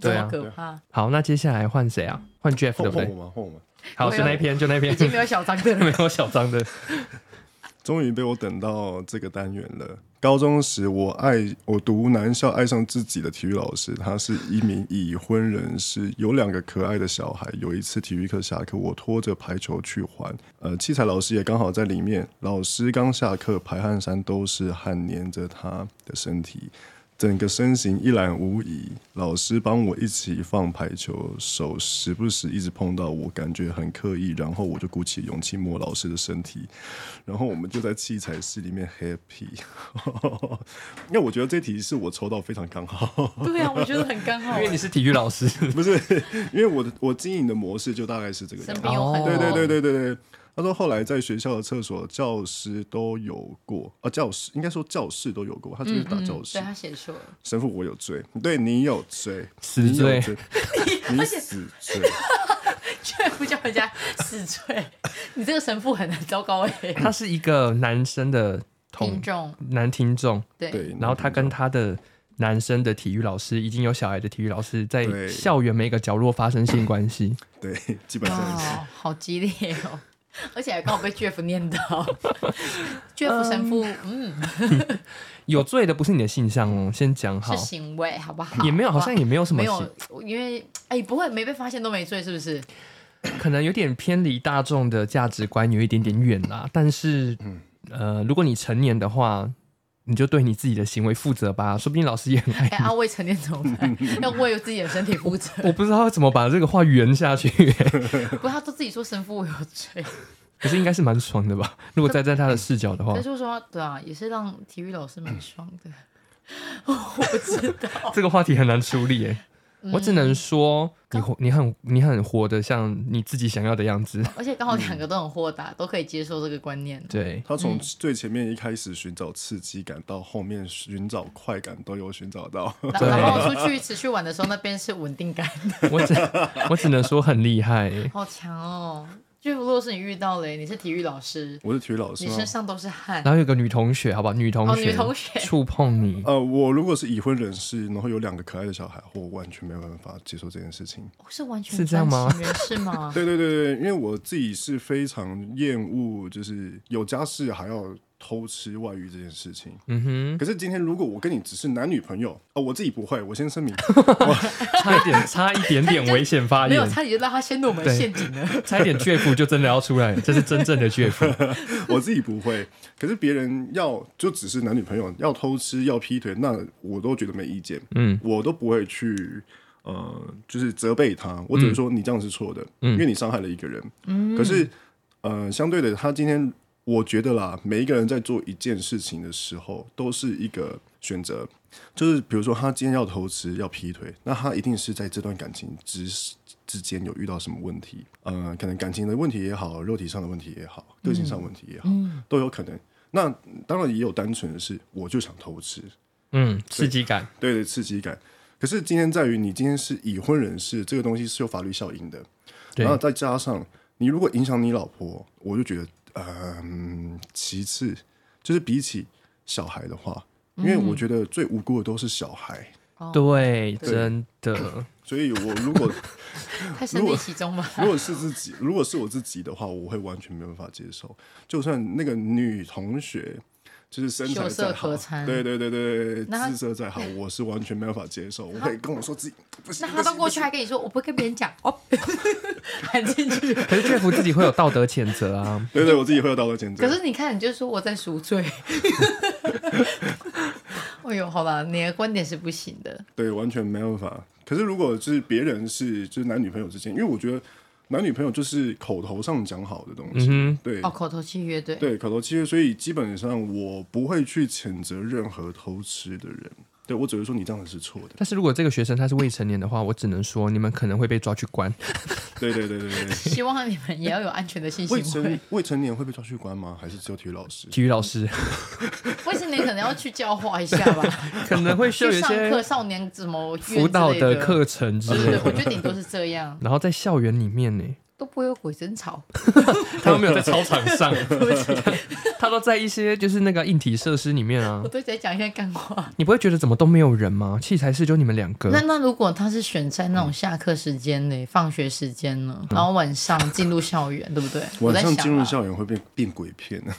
[SPEAKER 2] 这
[SPEAKER 1] 对啊
[SPEAKER 2] 么可怕！
[SPEAKER 1] 好，那接下来换谁啊？换 Jeff 对不
[SPEAKER 3] 换换
[SPEAKER 2] 哦
[SPEAKER 1] 对？
[SPEAKER 3] 我吗？换我吗？
[SPEAKER 1] 好，
[SPEAKER 2] 我有
[SPEAKER 1] 就那一篇，就那一
[SPEAKER 2] 已
[SPEAKER 1] 篇，
[SPEAKER 2] 经没有小张的了。
[SPEAKER 1] 没有小张的，
[SPEAKER 3] 终于被我等到这个单元了。高中时，我爱我读男校，爱上自己的体育老师，他是一名已婚人士，有两个可爱的小孩。有一次体育课下课，我拖着排球去还，呃，器材老师也刚好在里面。老师刚下课，排汗衫都是汗粘着他的身体，整个身形一览无遗。老师帮我一起放排球，手时不时一直碰到我，感觉很刻意。然后我就鼓起勇气摸老师的身体，然后我们就在器材室里面 happy。因为 我觉得这题是我抽到非常刚好，
[SPEAKER 2] 对啊，我觉得很刚好
[SPEAKER 1] 因为你
[SPEAKER 2] 欸。
[SPEAKER 1] 是体育老师，
[SPEAKER 3] 不是因为我的我经营的模式就大概是这个样
[SPEAKER 2] 啊身
[SPEAKER 3] 子
[SPEAKER 2] 边。有很
[SPEAKER 1] 哦
[SPEAKER 2] 多
[SPEAKER 3] 对对对对对对。他说后来在学校的厕所、教室都有过，啊，教室应该说教室都有过，他就是打教室。
[SPEAKER 2] 嗯对他写错了，
[SPEAKER 3] 神父，我有罪，对你有罪，
[SPEAKER 1] 死
[SPEAKER 3] 你有
[SPEAKER 1] 罪
[SPEAKER 3] 罪，你死罪。
[SPEAKER 2] 却不叫人家死罪。 你这个神父很很糟糕哎、欸，
[SPEAKER 1] 他是一个男生的
[SPEAKER 2] 听
[SPEAKER 1] 同
[SPEAKER 2] 众
[SPEAKER 1] 男听众，
[SPEAKER 2] 对
[SPEAKER 3] 对，
[SPEAKER 1] 然后他跟他的男生的体育老师，已经有小孩的体育老师，在
[SPEAKER 3] 对
[SPEAKER 1] 校园每个角落发生性关系。
[SPEAKER 3] 对，基本上是
[SPEAKER 2] 哇，哦好激烈哦！而且还刚好被 Jeff 念 到，Jeff 神父，嗯，
[SPEAKER 1] 有罪的不是你的性向哦，先讲好
[SPEAKER 2] 是，行为好不好？
[SPEAKER 1] 也没有，好像也没有什么
[SPEAKER 2] 没
[SPEAKER 1] 性，
[SPEAKER 2] 有，因为哎，不会没被发现都没罪，是不是？
[SPEAKER 1] 可能有点偏离大众的价值观，有一点点远啦。但是，呃，如果你成年的话，你就对你自己的行为负责吧，说不定老师也很爱
[SPEAKER 2] 哎，阿魏成年怎么办？要为自己的身体负责。
[SPEAKER 1] 我不知道怎么把这个话圆下去、
[SPEAKER 2] 不过他都自己说神父我有罪，
[SPEAKER 1] 可是应该是蛮爽的吧？如果站在他的视角的话
[SPEAKER 2] 但，嗯是说对啊，也是让 体育老师蛮爽的。我不知道，
[SPEAKER 1] 这个话题很难处理耶、
[SPEAKER 2] 嗯
[SPEAKER 1] 我只能说，你活，你很，你很活得像你自己想要的样子。
[SPEAKER 2] 而且刚好两个都很豁达，都可以接受这个观念。
[SPEAKER 1] 嗯对，
[SPEAKER 3] 他
[SPEAKER 2] 嗯
[SPEAKER 3] 从最前面一开始寻找刺激感，到后面寻找快感，都有寻找到。
[SPEAKER 2] 然然后出去出去玩的时候，那边是稳定感，
[SPEAKER 1] 我只我只能说很厉害欸、
[SPEAKER 2] 好强哦。就如果是你遇到嘞，你是体育老师，
[SPEAKER 3] 我是体育老师啊
[SPEAKER 2] 你
[SPEAKER 3] 吗？
[SPEAKER 2] 身上都是汗，
[SPEAKER 1] 然后有个女同学，好吧，女同
[SPEAKER 2] 哦
[SPEAKER 1] 学，
[SPEAKER 2] 女同学
[SPEAKER 1] 触碰 你，
[SPEAKER 3] 呃，我如果是已婚人士，然后有两个可爱的小孩，我完全没有办法接受这件事情。
[SPEAKER 2] 哦是完全
[SPEAKER 1] 是这样吗
[SPEAKER 2] 专情人士 吗？
[SPEAKER 3] 对对对对，因为我自己是非常厌恶，就是有家室还要偷吃外遇这件事情。
[SPEAKER 1] 嗯
[SPEAKER 3] 可是今天如果我跟你只是男女朋友，哦，我自己不会，我先声明，
[SPEAKER 1] 哼，差一点，差一点点危险发
[SPEAKER 2] 没有，
[SPEAKER 1] 言，
[SPEAKER 2] 差点就让他陷入我们
[SPEAKER 1] 哎对
[SPEAKER 2] 陷阱了。
[SPEAKER 1] 差一点倔夫就真的要出来了，这是真正的倔夫。
[SPEAKER 3] 我自己不会。可是别人要就只是男女朋友要偷吃要劈腿，那我都觉得没意见，
[SPEAKER 1] 嗯，
[SPEAKER 3] 我都不会去。呃，就是责备他，我只是说你这样是错的，因为你伤害了一个人。可是，呃，相对的，他今天我觉得啦，每一个人在做一件事情的时候，都是一个选择。就是比如说，他今天要投资，要劈腿，那他一定是在这段感情之之间有遇到什么问题，呃，可能感情的问题也好，肉体上的问题也好，个性上的问题也好，都有可能。那当然也有单纯的是，我就想偷吃，
[SPEAKER 1] 嗯，刺激感，
[SPEAKER 3] 对对，刺激感。可是今天在于你今天是已婚人士，这个东西是有法律效应的。
[SPEAKER 1] 对
[SPEAKER 3] 然后再加上你如果影响你老婆，我就觉得，嗯、其次就是比起小孩的话，因为
[SPEAKER 2] 嗯
[SPEAKER 3] 我觉得最无辜的都是小孩，
[SPEAKER 1] 对，真的，
[SPEAKER 3] 所以我如 果
[SPEAKER 2] 太身临其中吧。
[SPEAKER 3] 如果是自己，如果是我自己的话，我会完全没办法接受。就算那个女同学就是身材
[SPEAKER 2] 秀色
[SPEAKER 3] 再好
[SPEAKER 2] 可，餐
[SPEAKER 3] 对对对对，
[SPEAKER 2] 那她
[SPEAKER 3] 姿色再好，我是完全没办法接受。我会跟我说自己不 行
[SPEAKER 2] 那，他
[SPEAKER 3] 不
[SPEAKER 2] 到
[SPEAKER 3] 行
[SPEAKER 2] 过去还跟你说，我不会跟别人讲哦， 喊进去。
[SPEAKER 1] 可是倔夫自己会有道德谴责啊。
[SPEAKER 3] 对对，我自己会有道德谴责。
[SPEAKER 2] 可是你看，你就说我在 赎罪。 哎呦，好吧，你的观点是不行的。
[SPEAKER 3] 对，完全没办法。可是如果就是别人是就是男女朋友之间，因为我觉得男女朋友就是口头上讲好的东西，
[SPEAKER 1] 嗯
[SPEAKER 3] 对、
[SPEAKER 2] 哦，口头契约对，
[SPEAKER 3] 对，口头契约，所以基本上我不会去谴责任何偷吃的人，对我只会说你这样子是错的。
[SPEAKER 1] 但是如果这个学生他是未成年的话，我只能说你们可能会被抓去关。
[SPEAKER 3] 对对对 对对。
[SPEAKER 2] 希望你们也要有安全的性
[SPEAKER 3] 未
[SPEAKER 2] 行为
[SPEAKER 3] 成。未成年会被抓去关吗？还是只有体育老师？
[SPEAKER 1] 体育老师
[SPEAKER 2] 未成年可能要去教化一下吧，
[SPEAKER 1] 可能 会需要有
[SPEAKER 2] 去
[SPEAKER 1] 一
[SPEAKER 2] 上
[SPEAKER 1] 些
[SPEAKER 2] 课少年怎么约之类
[SPEAKER 1] 辅导
[SPEAKER 2] 的
[SPEAKER 1] 的。课程之
[SPEAKER 2] 对对
[SPEAKER 1] 类
[SPEAKER 2] 对，
[SPEAKER 1] 的，
[SPEAKER 2] 我觉得顶多是这样，
[SPEAKER 1] 然后在校园里面呢，
[SPEAKER 2] 都不会有鬼 争吵。
[SPEAKER 1] 他都没有在操场上， 他都在一些就是那个硬体设施里面啊
[SPEAKER 2] 我。都在讲一些干话。
[SPEAKER 1] 你不会觉得怎么都没有人吗？器材室就你们两
[SPEAKER 2] 那
[SPEAKER 1] 个，
[SPEAKER 2] 那如果他是选在那种下课时间呢，放学时间
[SPEAKER 1] 嗯
[SPEAKER 2] 呢，然后晚上进入校园，对 不对？我
[SPEAKER 3] 晚
[SPEAKER 2] 在
[SPEAKER 3] 上
[SPEAKER 2] 想
[SPEAKER 3] 进入
[SPEAKER 2] 啊
[SPEAKER 3] 校园会变变鬼片啊！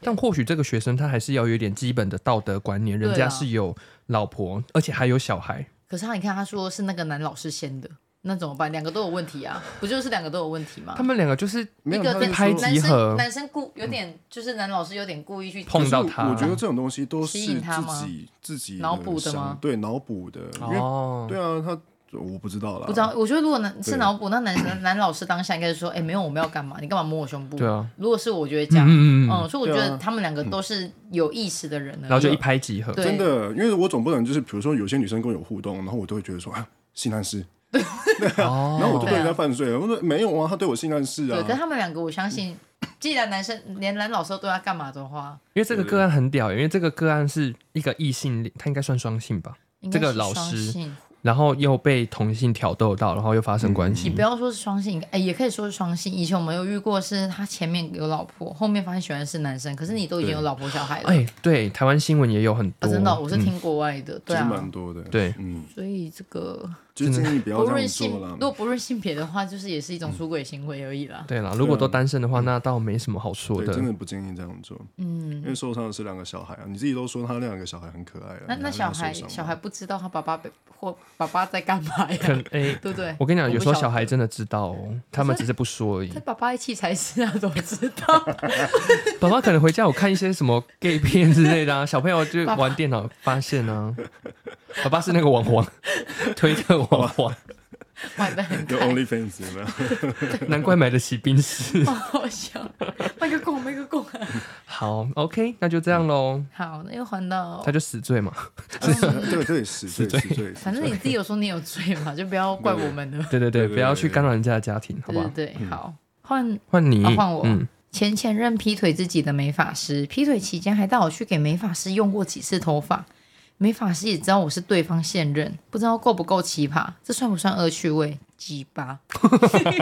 [SPEAKER 1] 但或许这个学生他还是要有一点基本的道德观念，
[SPEAKER 2] 对啊
[SPEAKER 1] 人家是有老婆，而且还有小孩。
[SPEAKER 2] 可是他，你看他说是那个男老师先的，那怎么办？两个都有问题啊，不就是两个都有问题吗
[SPEAKER 1] 他？们两个就是
[SPEAKER 3] 没
[SPEAKER 2] 一
[SPEAKER 3] 有
[SPEAKER 2] 个
[SPEAKER 3] 他
[SPEAKER 2] 跟
[SPEAKER 3] 是
[SPEAKER 1] 拍
[SPEAKER 3] 说
[SPEAKER 1] 击
[SPEAKER 2] 男
[SPEAKER 1] 合
[SPEAKER 2] 生男生故有点就是男老师有点故意去
[SPEAKER 1] 碰到他
[SPEAKER 3] 我觉得这种东西都是
[SPEAKER 2] 吸引他吗
[SPEAKER 3] 自己自己
[SPEAKER 2] 脑补的吗
[SPEAKER 3] 想对，脑补的。因为、
[SPEAKER 1] 哦，
[SPEAKER 3] 对啊，他我不知道啦，
[SPEAKER 2] 不知道。我觉得如果男是
[SPEAKER 3] 对
[SPEAKER 2] 脑补，那 男生男老师当下应该是说，哎、没有，我们要干嘛？你干嘛摸我胸部？
[SPEAKER 1] 对啊。
[SPEAKER 2] 如果是我，就会这
[SPEAKER 1] 嗯
[SPEAKER 2] 样。
[SPEAKER 1] 嗯嗯嗯，
[SPEAKER 2] 嗯，所以我觉
[SPEAKER 3] 对
[SPEAKER 2] 得
[SPEAKER 3] 啊
[SPEAKER 2] 他们两个都是有意识的人呢。
[SPEAKER 1] 然后就一拍即合。
[SPEAKER 2] 对
[SPEAKER 3] 真的，因为我总不能就是比如说有些女生跟我有互动，然后我都会觉得说啊性暗示，
[SPEAKER 1] 哦，
[SPEAKER 3] 然后我就对人家犯罪了。我说没有啊，他对我性暗示
[SPEAKER 2] 啊对，可是
[SPEAKER 3] 啊。
[SPEAKER 2] 他们两个，我相信，既然男生连男老师都对他干嘛的话，
[SPEAKER 1] 因为这个个案很屌耶，因为这个个案是一个异性恋，他应该算双性吧，
[SPEAKER 2] 应
[SPEAKER 1] 这
[SPEAKER 2] 该
[SPEAKER 1] 个
[SPEAKER 2] 是
[SPEAKER 1] 老
[SPEAKER 2] 双
[SPEAKER 1] 师
[SPEAKER 2] 性
[SPEAKER 1] 然后又被同性挑逗到，然后又发生关
[SPEAKER 2] 嗯你
[SPEAKER 1] 系
[SPEAKER 2] 不。要说是双性，哎、也可以说是双性。以前我们有遇过，是他前面有老婆，后面发现喜欢的是男生，可是你都已经有老婆小孩了。
[SPEAKER 1] 哎、嗯对，台湾新闻也有很
[SPEAKER 2] 啊
[SPEAKER 1] 多，
[SPEAKER 2] 真的哦、我是听国外的，
[SPEAKER 3] 其
[SPEAKER 2] 对
[SPEAKER 3] 实
[SPEAKER 2] 啊
[SPEAKER 3] 蛮。多的，
[SPEAKER 1] 对
[SPEAKER 3] 嗯，
[SPEAKER 2] 所以这个
[SPEAKER 3] 就建议不要
[SPEAKER 2] 不
[SPEAKER 3] 这
[SPEAKER 2] 论
[SPEAKER 3] 样
[SPEAKER 2] 性
[SPEAKER 3] 做，啦
[SPEAKER 2] 如。果不论性别的话，就是也是一
[SPEAKER 1] 嗯
[SPEAKER 2] 种出轨行为而已啦。
[SPEAKER 1] 对啦，如果都单身的话，那倒没什么好说
[SPEAKER 3] 对，
[SPEAKER 1] 的。
[SPEAKER 3] 真的不建议这样做，
[SPEAKER 2] 嗯，
[SPEAKER 3] 因为受伤的是两个小孩啊。你自己都说他那两个小孩很可爱了，
[SPEAKER 2] 那
[SPEAKER 3] 你
[SPEAKER 2] 那
[SPEAKER 3] 还让
[SPEAKER 2] 小
[SPEAKER 3] 他
[SPEAKER 2] 孩
[SPEAKER 3] 受伤吗啊
[SPEAKER 2] 小孩不知道他爸爸被或爸爸在干嘛呀
[SPEAKER 1] 可？能 哎、
[SPEAKER 2] 对不对？
[SPEAKER 1] 我跟你讲，
[SPEAKER 2] 不
[SPEAKER 1] 有时候
[SPEAKER 2] 晓
[SPEAKER 1] 小孩
[SPEAKER 2] 得
[SPEAKER 1] 真的知道哦，他们只是不说 而已
[SPEAKER 2] 他。爸爸一器材师啊，怎么知道？
[SPEAKER 1] 爸爸可能回家有看一些什么 gay 片之类的啊，小朋友就玩电啊 脑发现啊，爸爸是那个网黄，推特网黄，
[SPEAKER 2] 玩 的很
[SPEAKER 3] 有 OnlyFans 有没有？
[SPEAKER 1] 难怪买得起冰室。
[SPEAKER 2] 好好笑，卖个贡，卖个贡。
[SPEAKER 1] 好，OK，那就这样喽。
[SPEAKER 2] 好，那又还到
[SPEAKER 1] 他，就死罪嘛，
[SPEAKER 3] 对对是对
[SPEAKER 1] 对
[SPEAKER 3] 是对，
[SPEAKER 2] 反正你自己有说你有罪嘛，就不要怪我们了。
[SPEAKER 1] 对对对，
[SPEAKER 3] 对对
[SPEAKER 1] 不要去干扰人家的家庭，好嗯
[SPEAKER 2] 对
[SPEAKER 1] 不
[SPEAKER 2] 对
[SPEAKER 1] 好？
[SPEAKER 2] 对，好，换
[SPEAKER 1] 换你，
[SPEAKER 2] 嗯啊换我
[SPEAKER 1] 嗯，
[SPEAKER 2] 前前任劈腿自己的美发师，劈腿期间还带我去给美发师用过几次头发。美发师也知道我是对方现任，不知道够不够奇葩，这算不算恶趣味？鸡巴！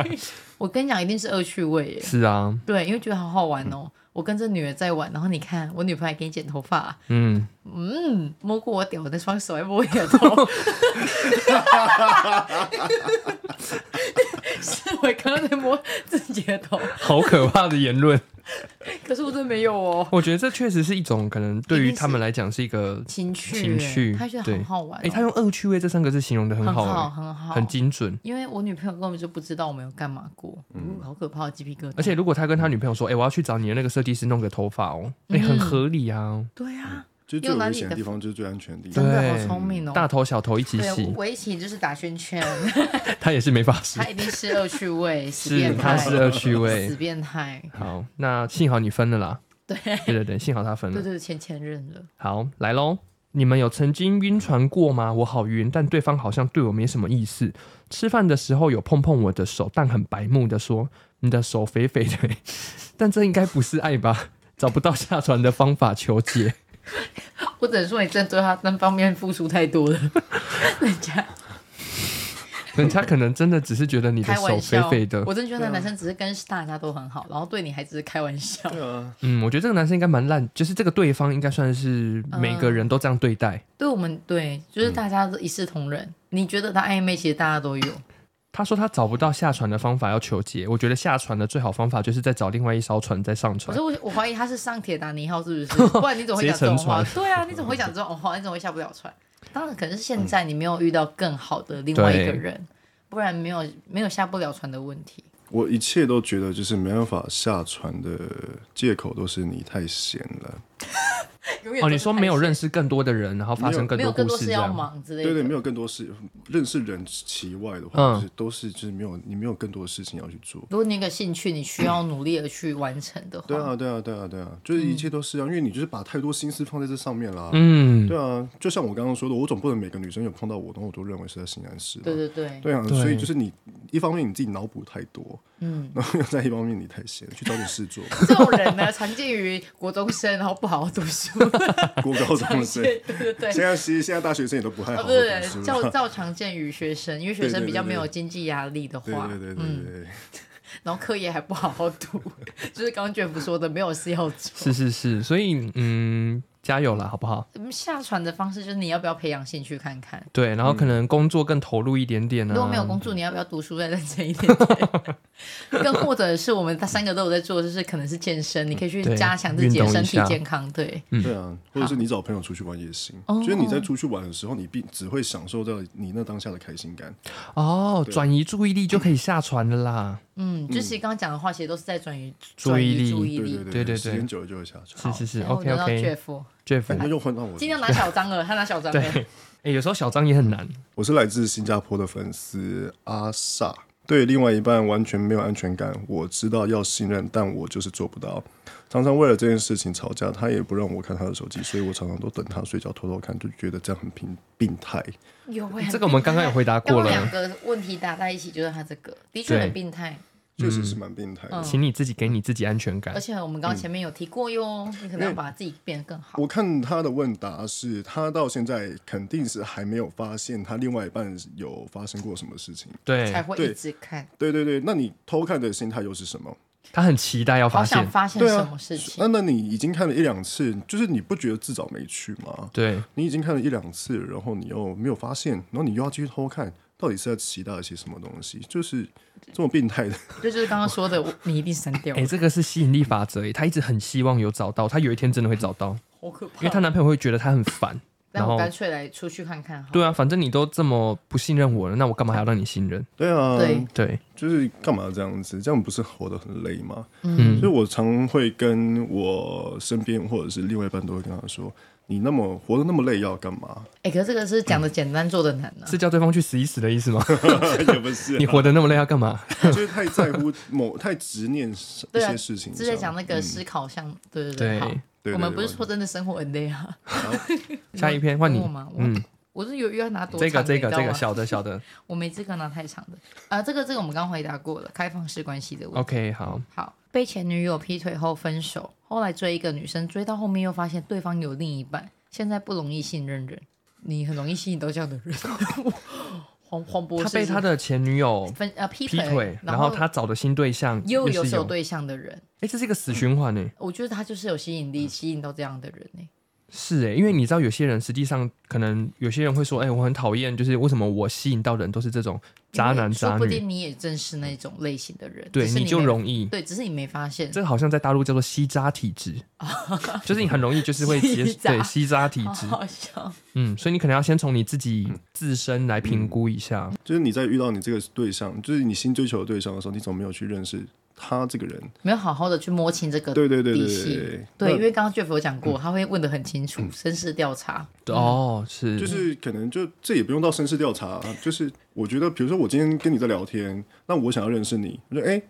[SPEAKER 2] 我跟你讲，一定是恶趣味耶。
[SPEAKER 1] 是啊，
[SPEAKER 2] 对，因为觉得好好玩哦。我跟这女的在玩，然后你看我女朋友还给你剪头发，啊
[SPEAKER 1] 嗯，
[SPEAKER 2] 嗯，摸过我屌的双手，还摸我的头。 是我刚刚在摸自己的头，
[SPEAKER 1] 好可怕的言论。
[SPEAKER 2] 可是我真的没有哦。
[SPEAKER 1] 我觉得这确实是一种可能，对
[SPEAKER 2] 一
[SPEAKER 1] 于
[SPEAKER 2] 定是
[SPEAKER 1] 他们来讲是一个，
[SPEAKER 2] 情趣欸，
[SPEAKER 1] 情趣
[SPEAKER 2] 他觉得
[SPEAKER 1] 对
[SPEAKER 2] 很好玩、哦。
[SPEAKER 1] 哎，他用恶趣味这三个字形容的很
[SPEAKER 2] 很
[SPEAKER 1] 好
[SPEAKER 2] 好，
[SPEAKER 1] 欸，
[SPEAKER 2] 很好，
[SPEAKER 1] 很精准。
[SPEAKER 2] 因为我女朋友根本就不知道我们有干嘛过，嗯，好可怕，鸡皮疙瘩。
[SPEAKER 1] 而且如果他跟他女朋友说，哎，我要去找你的那个设计师弄个头发哦，
[SPEAKER 2] 嗯
[SPEAKER 1] 哎，很合理啊，
[SPEAKER 2] 对啊，
[SPEAKER 3] 就最危险的地方就是最安全的地
[SPEAKER 2] 真
[SPEAKER 3] 方。
[SPEAKER 2] 的
[SPEAKER 1] 对
[SPEAKER 2] 好聪明哦。
[SPEAKER 1] 大头小头一起
[SPEAKER 2] 对
[SPEAKER 1] 洗，
[SPEAKER 2] 围棋就是打圈 圈，
[SPEAKER 1] 他也是没法师
[SPEAKER 2] 他，一定是恶趣味，死
[SPEAKER 1] 是
[SPEAKER 2] 变
[SPEAKER 1] 他
[SPEAKER 2] 态，
[SPEAKER 1] 是恶趣
[SPEAKER 2] 死
[SPEAKER 1] 味。
[SPEAKER 2] 变态。
[SPEAKER 1] 好，那幸好你分了啦，
[SPEAKER 2] 对
[SPEAKER 1] 对对对，幸好他分了
[SPEAKER 2] 对。对，前前任了，
[SPEAKER 1] 好，来喽！你们有曾经晕船过吗？我好晕，但对方好像对我没什么意思。吃饭的时候有碰碰我的手，但很白目的说：“你的手肥肥的。” 但这应该不是爱吧？找不到下船的方法求解。
[SPEAKER 2] 我只能说你真的对他单方面付出太多了， 人家
[SPEAKER 1] 人家可能真的只是觉得你的
[SPEAKER 2] 开
[SPEAKER 1] 手
[SPEAKER 2] 玩
[SPEAKER 1] 肥
[SPEAKER 2] 笑，
[SPEAKER 1] 肥的啊
[SPEAKER 2] 我。真的觉得那男生只是跟大家都很好，然后对你还只是开玩笑，
[SPEAKER 3] 对啊，
[SPEAKER 1] 嗯，我觉得这个男生应该蛮烂，就是这个对方应该算是每个人都这样对待。
[SPEAKER 2] 对我们对，就是
[SPEAKER 1] 嗯
[SPEAKER 2] 大家都一视同仁。你觉得他暧昧，其实大家都有。
[SPEAKER 1] 他说他找不到下船的方法要求解，我觉得下船的最好方法就是再找另外一艘船再上
[SPEAKER 2] 可
[SPEAKER 1] 船
[SPEAKER 2] 是。我我怀疑他是上铁达尼号是 不是？不然你怎么会讲这种话
[SPEAKER 1] 直？
[SPEAKER 2] 对啊，你怎么会讲这种话？你怎么会下不了船？当然，可能是
[SPEAKER 1] 嗯
[SPEAKER 2] 现在你没有遇到更好的另外一个人，不然没有没有下不了船的问题。
[SPEAKER 3] 我一切都觉得就是没办法下船的借口都是你太闲了，
[SPEAKER 2] 永远都
[SPEAKER 1] 哦，
[SPEAKER 2] 是
[SPEAKER 1] 你说没有
[SPEAKER 2] 太
[SPEAKER 1] 认识更多的人，然后发生更
[SPEAKER 2] 没有
[SPEAKER 1] 多
[SPEAKER 2] 更
[SPEAKER 1] 故
[SPEAKER 2] 多
[SPEAKER 1] 事
[SPEAKER 2] 事
[SPEAKER 1] 这
[SPEAKER 2] 要
[SPEAKER 1] 样。
[SPEAKER 2] 忙之类的。
[SPEAKER 3] 对对，没有更多事认识人其外的
[SPEAKER 1] 嗯
[SPEAKER 3] 话，就是都是就是没有你没有更多的事情要去做。
[SPEAKER 2] 如果你有个兴趣，你需要努力的去完成的话，
[SPEAKER 3] 对啊，对啊，对啊，对啊，就是一切都是啊，因为你就是把太多心思放在这上面啦。
[SPEAKER 1] 嗯，
[SPEAKER 3] 对啊，就像我刚刚说的，我总不能每个女生有碰到我，然后我都认为是在性暗示吧。
[SPEAKER 2] 对对对
[SPEAKER 3] 对啊，
[SPEAKER 1] 对
[SPEAKER 3] 所以就是你一方面你自己脑补太多，嗯， 然后又在一方面你太闲，去找点事做吧。
[SPEAKER 2] 这种人呢， 常见于国中生，然后不好好读 书，
[SPEAKER 3] 国高中
[SPEAKER 2] 常见，，
[SPEAKER 3] 生
[SPEAKER 2] 对对对
[SPEAKER 3] 现。在其实现在大学生也都不太
[SPEAKER 2] 啊，
[SPEAKER 3] 好好
[SPEAKER 2] 不
[SPEAKER 3] 读
[SPEAKER 2] 是
[SPEAKER 3] 书
[SPEAKER 2] 较
[SPEAKER 3] 了。
[SPEAKER 2] 较常见于学生，因为学
[SPEAKER 3] 对
[SPEAKER 2] 生
[SPEAKER 3] 对
[SPEAKER 2] 比较
[SPEAKER 3] 对
[SPEAKER 2] 没有
[SPEAKER 3] 对
[SPEAKER 2] 经济压力的话，嗯
[SPEAKER 3] 对对对对对，
[SPEAKER 2] 然后课业还不好好读，就是刚刚卷福说的，没有事要做。
[SPEAKER 1] 是是是，所以嗯，加油啦，好不好？
[SPEAKER 2] 嗯下船的方式就是你要不要培养兴趣看看，
[SPEAKER 1] 对，然后可能工作更投入一点点呢、
[SPEAKER 2] 如
[SPEAKER 1] 啊。
[SPEAKER 2] 果没有工作，你要不要读书再认真一点点？ 更或者是我们三个都有在做，就是可能是健身，你可以去
[SPEAKER 1] 对
[SPEAKER 2] 加强自己的身
[SPEAKER 1] 运
[SPEAKER 2] 体
[SPEAKER 1] 动一下嗯
[SPEAKER 2] 健康。对，
[SPEAKER 3] 对对啊，或者是你找朋友出去玩也行，
[SPEAKER 2] 哦
[SPEAKER 3] 就是你在出去玩的时候，你必只会享受到你那当下的开心感。
[SPEAKER 1] 哦，转移注意力就可以下船了啦。
[SPEAKER 2] 嗯，就是刚刚讲的话，其实都是在转移
[SPEAKER 1] 注
[SPEAKER 2] 转
[SPEAKER 1] 意力
[SPEAKER 2] 移注意
[SPEAKER 3] 对
[SPEAKER 2] 力
[SPEAKER 3] 对。
[SPEAKER 1] 对对对
[SPEAKER 3] 对，时间久了就会下船。
[SPEAKER 1] 是是是
[SPEAKER 2] 然后我
[SPEAKER 1] ，OK
[SPEAKER 2] 们到
[SPEAKER 1] OK。
[SPEAKER 2] Jeff，
[SPEAKER 3] 哎那
[SPEAKER 1] Jeff，
[SPEAKER 3] 又换到我了，
[SPEAKER 2] 今天拿小张了，他拿小张了。
[SPEAKER 1] 对， 哎，有时候小张也很难。
[SPEAKER 2] 嗯
[SPEAKER 3] 我是来自新加坡的粉丝阿萨，对另外一半完全没有安全感。我知道要信任，但我就是做不到。常常为了这件事情吵架，他也不让我看他的手机，所以我常常都等他睡觉偷偷看，就觉得这样很病病态。
[SPEAKER 2] 有欸
[SPEAKER 1] 这个我们刚刚也回答过了
[SPEAKER 2] 刚刚两个问题打在一起，就是他这个的确
[SPEAKER 1] 对
[SPEAKER 2] 很病态。
[SPEAKER 3] 确实
[SPEAKER 2] 嗯
[SPEAKER 3] 是蛮病态的。
[SPEAKER 1] 请你自己给你自己安全感
[SPEAKER 2] 而。且我们刚刚前面有提过哟，你可能要把自己变得更
[SPEAKER 1] 嗯
[SPEAKER 2] 好。
[SPEAKER 3] 我看他的问答是，他到现在肯定是还没有发现他另外一半有发生过什么事情。
[SPEAKER 2] 才
[SPEAKER 1] 对，
[SPEAKER 2] 会一直看，
[SPEAKER 3] 对对对，那你偷看的心态又是什么？
[SPEAKER 1] 他很期待要
[SPEAKER 2] 好
[SPEAKER 1] 发
[SPEAKER 2] 想
[SPEAKER 1] 现。
[SPEAKER 2] 发现
[SPEAKER 3] 对啊
[SPEAKER 2] 什么事情
[SPEAKER 3] 那。那你已经看了一两次，就是你不觉得自找没趣吗？
[SPEAKER 1] 对，
[SPEAKER 3] 你已经看了一两次，然后你又没有发现，然后你又要继续偷看，到底是在期待一些什么东西？就是这么病态的，
[SPEAKER 2] 这就是刚刚说的，我你一定删掉
[SPEAKER 1] 哎，，这个是吸引力法则，哎他一直很希望有找到，他有一天真的会找到，
[SPEAKER 2] 好可
[SPEAKER 1] 因为她
[SPEAKER 2] 怕。
[SPEAKER 1] 男朋友会觉得她很烦。
[SPEAKER 2] 嗯那
[SPEAKER 1] 然
[SPEAKER 2] 我
[SPEAKER 1] 后，
[SPEAKER 2] 干脆来出去看看好了。
[SPEAKER 1] 对啊，反正你都这么不信任我了，那我干嘛还要让你信任？
[SPEAKER 3] 对啊，
[SPEAKER 2] 对
[SPEAKER 1] 对，
[SPEAKER 3] 就是干嘛这样子？这样不是活得很累吗？
[SPEAKER 1] 嗯
[SPEAKER 3] 所以我常会跟我身边或者是另外一半都会跟他说，你那么活得那么累要干嘛？
[SPEAKER 2] 哎、可是这个是讲的简单，做的难呢、啊
[SPEAKER 1] 是叫对方去死一死的意思 吗？
[SPEAKER 3] 也不是啊、
[SPEAKER 1] 你活得那么累要干嘛？
[SPEAKER 3] 就是太在乎某太执念一
[SPEAKER 2] 对啊，
[SPEAKER 3] 些事情上。
[SPEAKER 2] 是在讲那个思考上，对对
[SPEAKER 1] 对
[SPEAKER 2] 好
[SPEAKER 3] 对对
[SPEAKER 2] 我们不是
[SPEAKER 3] 对
[SPEAKER 2] 说真的生活很累啊，
[SPEAKER 1] 下一篇换你
[SPEAKER 2] 我吗，我
[SPEAKER 1] 嗯，
[SPEAKER 2] 我是有又要拿多
[SPEAKER 1] 这个
[SPEAKER 2] 长的
[SPEAKER 1] 这个
[SPEAKER 2] 你知道啊
[SPEAKER 1] 这个
[SPEAKER 2] 吗
[SPEAKER 1] 小的小的
[SPEAKER 2] 我没资格拿太长的啊、这个这个我们刚回答过了，开放式关系的问题。
[SPEAKER 1] ，OK，好，
[SPEAKER 2] 好，被前女友劈腿后分手，后来追一个女生，追到后面又发现对方有另一半，现在不容易信任人。你很容易吸引到这样的 人，黄黄渤
[SPEAKER 1] 他
[SPEAKER 2] 是不
[SPEAKER 1] 被
[SPEAKER 2] 是
[SPEAKER 1] 他的前女友
[SPEAKER 2] 分呃劈
[SPEAKER 1] 劈
[SPEAKER 2] 腿，
[SPEAKER 1] 腿，然
[SPEAKER 2] 后
[SPEAKER 1] 后他找的新对象
[SPEAKER 2] 又有
[SPEAKER 1] 是
[SPEAKER 2] 是有
[SPEAKER 1] 有，
[SPEAKER 2] 对象的人，
[SPEAKER 1] 哎，这是一个死循环呢。
[SPEAKER 2] 我觉得他就是有吸引力，吸引到这样的人欸呢、
[SPEAKER 1] 是哎，因为你知道有些人实际上可能有些人会说，哎，我很讨厌，就是为什么我吸引到的人都是这种渣
[SPEAKER 2] 因
[SPEAKER 1] 男
[SPEAKER 2] 为
[SPEAKER 1] 渣
[SPEAKER 2] 说不
[SPEAKER 1] 女，
[SPEAKER 2] 定你也正是那种类型的人，
[SPEAKER 1] 对，
[SPEAKER 2] 只是
[SPEAKER 1] 你
[SPEAKER 2] 你
[SPEAKER 1] 就
[SPEAKER 2] 没
[SPEAKER 1] 容易。
[SPEAKER 2] 对，只是你没发现
[SPEAKER 1] 这。个好像在大陆叫做吸渣体质， 就是你很容易就是会接
[SPEAKER 2] 哦吸渣哦
[SPEAKER 1] 对吸渣体
[SPEAKER 2] 好
[SPEAKER 1] 质，
[SPEAKER 2] 好笑，
[SPEAKER 1] 嗯，所以你可能要先从你自己自身来
[SPEAKER 3] 嗯
[SPEAKER 1] 评估一下，
[SPEAKER 2] 嗯
[SPEAKER 3] 就是你在遇到你这个对象，就是你新追求的对象的时候，你怎么没有去认识他这个人？
[SPEAKER 2] 没有好好的去摸清这个
[SPEAKER 3] 对对对
[SPEAKER 2] 底
[SPEAKER 3] 对
[SPEAKER 2] 细。
[SPEAKER 3] 对
[SPEAKER 2] 对，
[SPEAKER 3] 那
[SPEAKER 2] 因为刚刚 Jeff 有讲过，他会问的很清
[SPEAKER 1] 嗯
[SPEAKER 2] 楚，身世调查。
[SPEAKER 1] 对哦，是，
[SPEAKER 3] 就是可能就这也不用到深事调查，啊就是我觉得，比如说我今天跟你在聊天，那我想要认识你，我说哎，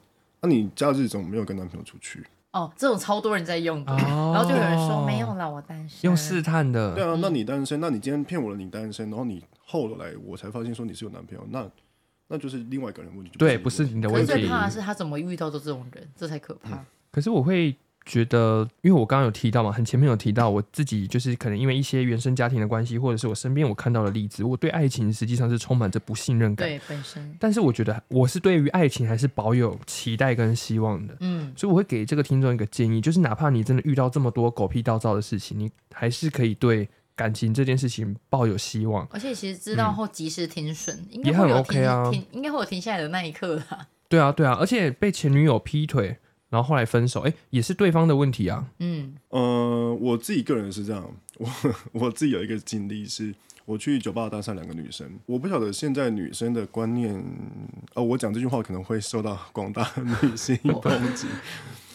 [SPEAKER 3] 那、你假日怎么没有跟男朋友出去？
[SPEAKER 2] 哦，这种超多人在用的，
[SPEAKER 1] 哦
[SPEAKER 2] 然后就有人说没有啦，我单身。
[SPEAKER 1] 用试探
[SPEAKER 3] 对
[SPEAKER 1] 的，
[SPEAKER 3] 啊，那
[SPEAKER 2] 嗯
[SPEAKER 3] 你单身，那你今天骗我了，你单身，然后你后来我才发现说你是有男朋友，那那就是另外一个人问题，就
[SPEAKER 1] 对，
[SPEAKER 3] 我
[SPEAKER 1] 不是你的
[SPEAKER 2] 可是
[SPEAKER 1] 问
[SPEAKER 2] 最
[SPEAKER 1] 题。嗯
[SPEAKER 2] 怕的是他怎么遇到的这种人，这才可怕。
[SPEAKER 1] 可是我会觉得，因为我刚刚有提到嘛，很前面有提到，我自己就是可能因为一些原生家庭的关系，或者是我身边我看到的例子，我对爱情实际上是充满着不信任感。
[SPEAKER 2] 对，本身
[SPEAKER 1] 但是我觉得我是对于爱情还是保有期待跟希望的。
[SPEAKER 2] 嗯，
[SPEAKER 1] 所以我会给这个听众一个建议，就是哪怕你真的遇到这么多狗屁倒灶的事情，你还是可以对感情这件事情抱有希望。
[SPEAKER 2] 而且其实知道后及时停损，应
[SPEAKER 1] 嗯
[SPEAKER 2] 该
[SPEAKER 1] 也
[SPEAKER 2] 会
[SPEAKER 1] 很
[SPEAKER 2] 有
[SPEAKER 1] OK
[SPEAKER 2] 停
[SPEAKER 1] 啊
[SPEAKER 2] 停，应该会有停下来的那一刻啦。
[SPEAKER 1] 对啊，对啊，而且被前女友劈腿，然后后来分手，哎，也是对方的问题啊。
[SPEAKER 2] 嗯，
[SPEAKER 3] 呃，我自己个人是这样，我我自己有一个经历是，我去酒吧搭讪两个女生，我不晓得现在女生的观念，哦，我讲这句话可能会受到 广大女性抨击。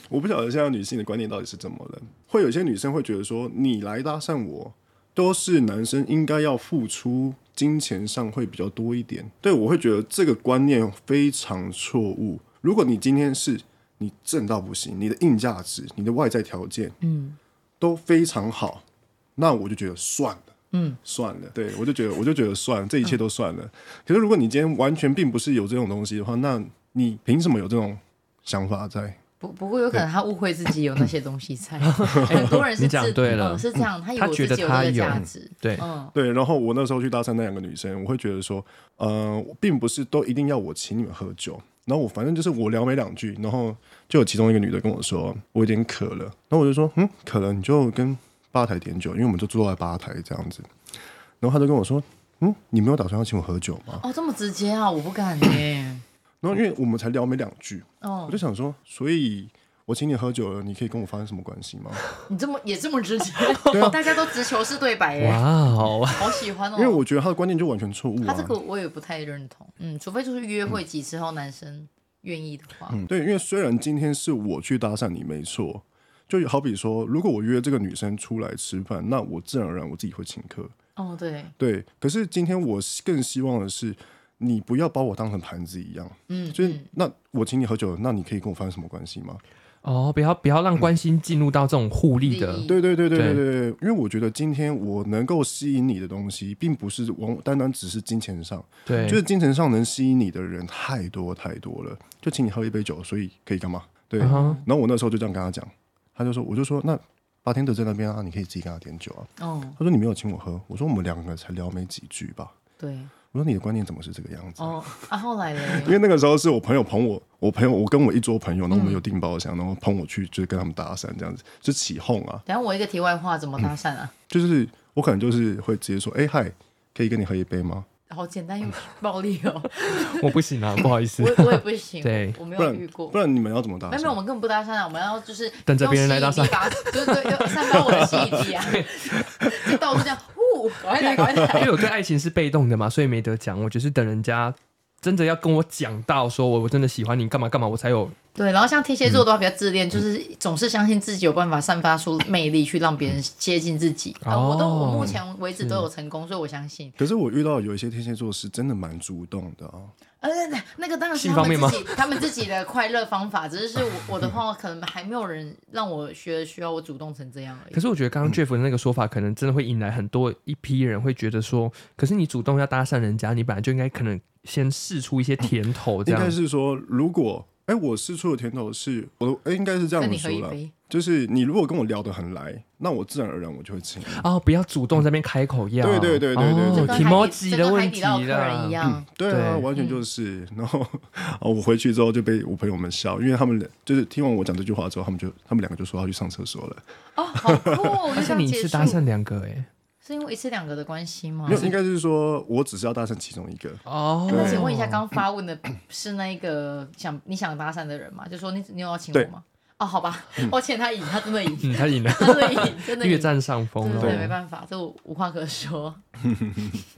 [SPEAKER 3] 我不晓得现在女性的观念到底是怎么了，会有些女生会觉得说，你来搭讪我，都是男生应该要付出金钱上会比较多一点。对我会觉得这个观念非常错误。如果你今天是你正到不行，你的硬价值、你的外在条件，嗯，都非常好，那我就觉得算了。嗯，算了，对我就觉得，我就觉得算了，这一切都算了。可是如果你今天完全并不是有这种东西的话，那你凭什么有这种想法在？
[SPEAKER 2] 不不过有可能他误会自己有那些东 西在，很多人是
[SPEAKER 1] 你讲
[SPEAKER 2] 自
[SPEAKER 1] 对了
[SPEAKER 2] 嗯是这样，他以
[SPEAKER 1] 他
[SPEAKER 2] 为
[SPEAKER 1] 觉
[SPEAKER 2] 自
[SPEAKER 1] 得
[SPEAKER 2] 己有
[SPEAKER 1] 他
[SPEAKER 2] 这个
[SPEAKER 1] 有
[SPEAKER 2] 价值，
[SPEAKER 1] 对
[SPEAKER 2] 嗯，
[SPEAKER 3] 对，然后我那时候去搭讪那两个女生，我会觉得说，呃，并不是都一定要我请你们喝酒，然后我反正就是我聊没两句，然后就有其中一个女的跟我说，我有点渴了，然后我就说，嗯，渴了你就跟吧台点酒，因为我们就坐在吧台这样子，然后她就跟我说，嗯，你没有打算要请我喝酒吗？
[SPEAKER 2] 哦，这么直接啊，我不敢 耶。
[SPEAKER 3] 然后因为我们才聊没两句，
[SPEAKER 2] 嗯哦
[SPEAKER 3] 我就，想说，所以我请你喝酒了，你可以跟我发生什么关系吗？
[SPEAKER 2] 你这么也这么直接， 大家都直球是对白耶
[SPEAKER 1] 啊哇，哦，
[SPEAKER 2] 好喜欢哦。
[SPEAKER 3] 因为我觉得她的观念就完全错误啊。
[SPEAKER 2] 他这个我也不太认同，嗯，除非就是约会几次后男生愿意的话，
[SPEAKER 3] 嗯对，因为虽然今天是我去搭讪你，没错，就好比说，如果我约这个女生出来吃饭，那我自然而然我自己会请客。
[SPEAKER 2] 哦，对，
[SPEAKER 3] 对，可是今天我更希望的是，你不要把我当成盘子一样。
[SPEAKER 2] 嗯，
[SPEAKER 3] 就是、
[SPEAKER 2] 嗯
[SPEAKER 3] 那我请你喝酒，那你可以跟我发生什么关系吗？
[SPEAKER 1] 哦，不要不要让关心进入到这种互利的
[SPEAKER 2] 利益
[SPEAKER 3] 对对对对对对对，因为我觉得今天我能够吸引你的东西，并不是往单单只是金钱上，
[SPEAKER 1] 对，
[SPEAKER 3] 就是精神上能吸引你的人太多太多了，就请你喝一杯酒，所以可以干嘛？对。
[SPEAKER 1] 嗯哼
[SPEAKER 3] 然后我那时候就这样跟他讲，他就说，我就说那八天德在那边啊，你可以自己跟他点酒啊。
[SPEAKER 2] 哦，
[SPEAKER 3] 他说你没有请我喝，我说我们两个才聊没几句吧。
[SPEAKER 2] 对，
[SPEAKER 3] 我说你的观念怎么是这个样子？
[SPEAKER 2] 哦，啊，后来
[SPEAKER 3] 因
[SPEAKER 2] 嘞，
[SPEAKER 3] 为那个时候是我朋友捧我，我朋友我跟我一桌朋友，然
[SPEAKER 2] 嗯
[SPEAKER 3] 后我们有订包厢，然后捧我去就是跟他们搭讪这样子，就起哄啊，
[SPEAKER 2] 等下我一个题外话，怎么搭讪啊？
[SPEAKER 3] 就是我可能就是会直接说，哎、嗨，可以跟你喝一杯吗？
[SPEAKER 2] 好简单又暴力 哦，
[SPEAKER 1] 我不行啊，不好意思，
[SPEAKER 2] 我我也不行，
[SPEAKER 1] 对
[SPEAKER 2] 我没
[SPEAKER 3] 不
[SPEAKER 2] 有遇
[SPEAKER 3] 然
[SPEAKER 2] 过
[SPEAKER 3] 不。然你们要怎么搭
[SPEAKER 2] 没有没
[SPEAKER 3] 讪
[SPEAKER 2] 有，我？们根本不搭讪啊！我们要就是
[SPEAKER 1] 等着别人来搭讪
[SPEAKER 2] 用吸引力把， 对对对，散发我的吸引 力啊！就到处这样，呼，赶快来，赶快
[SPEAKER 1] 因
[SPEAKER 2] 来！
[SPEAKER 1] 为我对爱情是被动的嘛，所以没得讲，我就是等人家真的要跟我讲到说我我真的喜欢你干嘛干嘛，我才有
[SPEAKER 2] 对，然后像天蝎
[SPEAKER 1] 嗯
[SPEAKER 2] 座的话比较自恋，就是总是相信自己有办法散发出魅力，去让别人接近自己。啊，
[SPEAKER 1] 哦
[SPEAKER 2] 我都我目前为止都有成功，所以我相信。
[SPEAKER 3] 可是我遇到有一些天蝎座是真的蛮主动的啊，
[SPEAKER 2] 呃，那那个当然是
[SPEAKER 1] 性
[SPEAKER 2] 他
[SPEAKER 1] 方面
[SPEAKER 2] 们
[SPEAKER 1] 吗
[SPEAKER 2] 自己他们自己的快乐方法，只是是我我的话，可能还没有人让我学需要我主动成这样而已
[SPEAKER 1] 可。是我觉得刚
[SPEAKER 3] 嗯
[SPEAKER 1] 刚 Jeff 的那个说法，可能真的会引来很多一批人会觉得说，可是你主动要搭讪人家，你本来就应该可能先试出一些甜头，这
[SPEAKER 3] 应
[SPEAKER 1] 样
[SPEAKER 3] 该是说如果哎、我试出的甜头是我哎、应该是这
[SPEAKER 2] 跟
[SPEAKER 3] 样
[SPEAKER 2] 你喝
[SPEAKER 3] 说
[SPEAKER 2] 一
[SPEAKER 3] 啦，
[SPEAKER 2] 杯，
[SPEAKER 3] 就是你如果跟我聊得很来，那我自然而然我就会请你。
[SPEAKER 1] 哦，不要主动在那边开口要，
[SPEAKER 3] 对对对对对对
[SPEAKER 1] 哦，
[SPEAKER 2] 跟
[SPEAKER 1] 提
[SPEAKER 2] 海
[SPEAKER 1] 摩
[SPEAKER 2] 底
[SPEAKER 1] 吉
[SPEAKER 2] 这
[SPEAKER 1] 的
[SPEAKER 2] 跟海
[SPEAKER 1] 问
[SPEAKER 2] 底
[SPEAKER 1] 题
[SPEAKER 2] 捞客人一
[SPEAKER 1] 啦。嗯
[SPEAKER 2] 样，
[SPEAKER 3] 对啊，
[SPEAKER 1] 对
[SPEAKER 3] 完全就是。
[SPEAKER 2] 嗯
[SPEAKER 3] 然后啊，我回去之后就被我朋友们笑，因为他们俩就是听完我讲这句话之后，他们就他们两个就说要去上厕所了。
[SPEAKER 2] 哦，好酷 哦！就
[SPEAKER 1] 而
[SPEAKER 2] 这
[SPEAKER 1] 且
[SPEAKER 2] 样
[SPEAKER 1] 你
[SPEAKER 2] 结
[SPEAKER 1] 是
[SPEAKER 2] 束
[SPEAKER 1] 搭，讪两个哎，
[SPEAKER 2] 是因为一次两个的关系吗
[SPEAKER 3] 没？有，应该是说我只是要搭讪其中一个。
[SPEAKER 1] 哦，
[SPEAKER 2] 那请问一下，刚发问的是那一个想你想搭讪的人吗？就说你你有要请
[SPEAKER 3] 对
[SPEAKER 2] 我吗？哦，好吧，抱歉，他赢，他真的赢，
[SPEAKER 1] 嗯，他 赢了，
[SPEAKER 2] 真的赢，真的
[SPEAKER 1] 越
[SPEAKER 2] 赢，
[SPEAKER 1] 占上风
[SPEAKER 2] 对
[SPEAKER 1] 了。
[SPEAKER 2] 对，没办法，这我无话可说。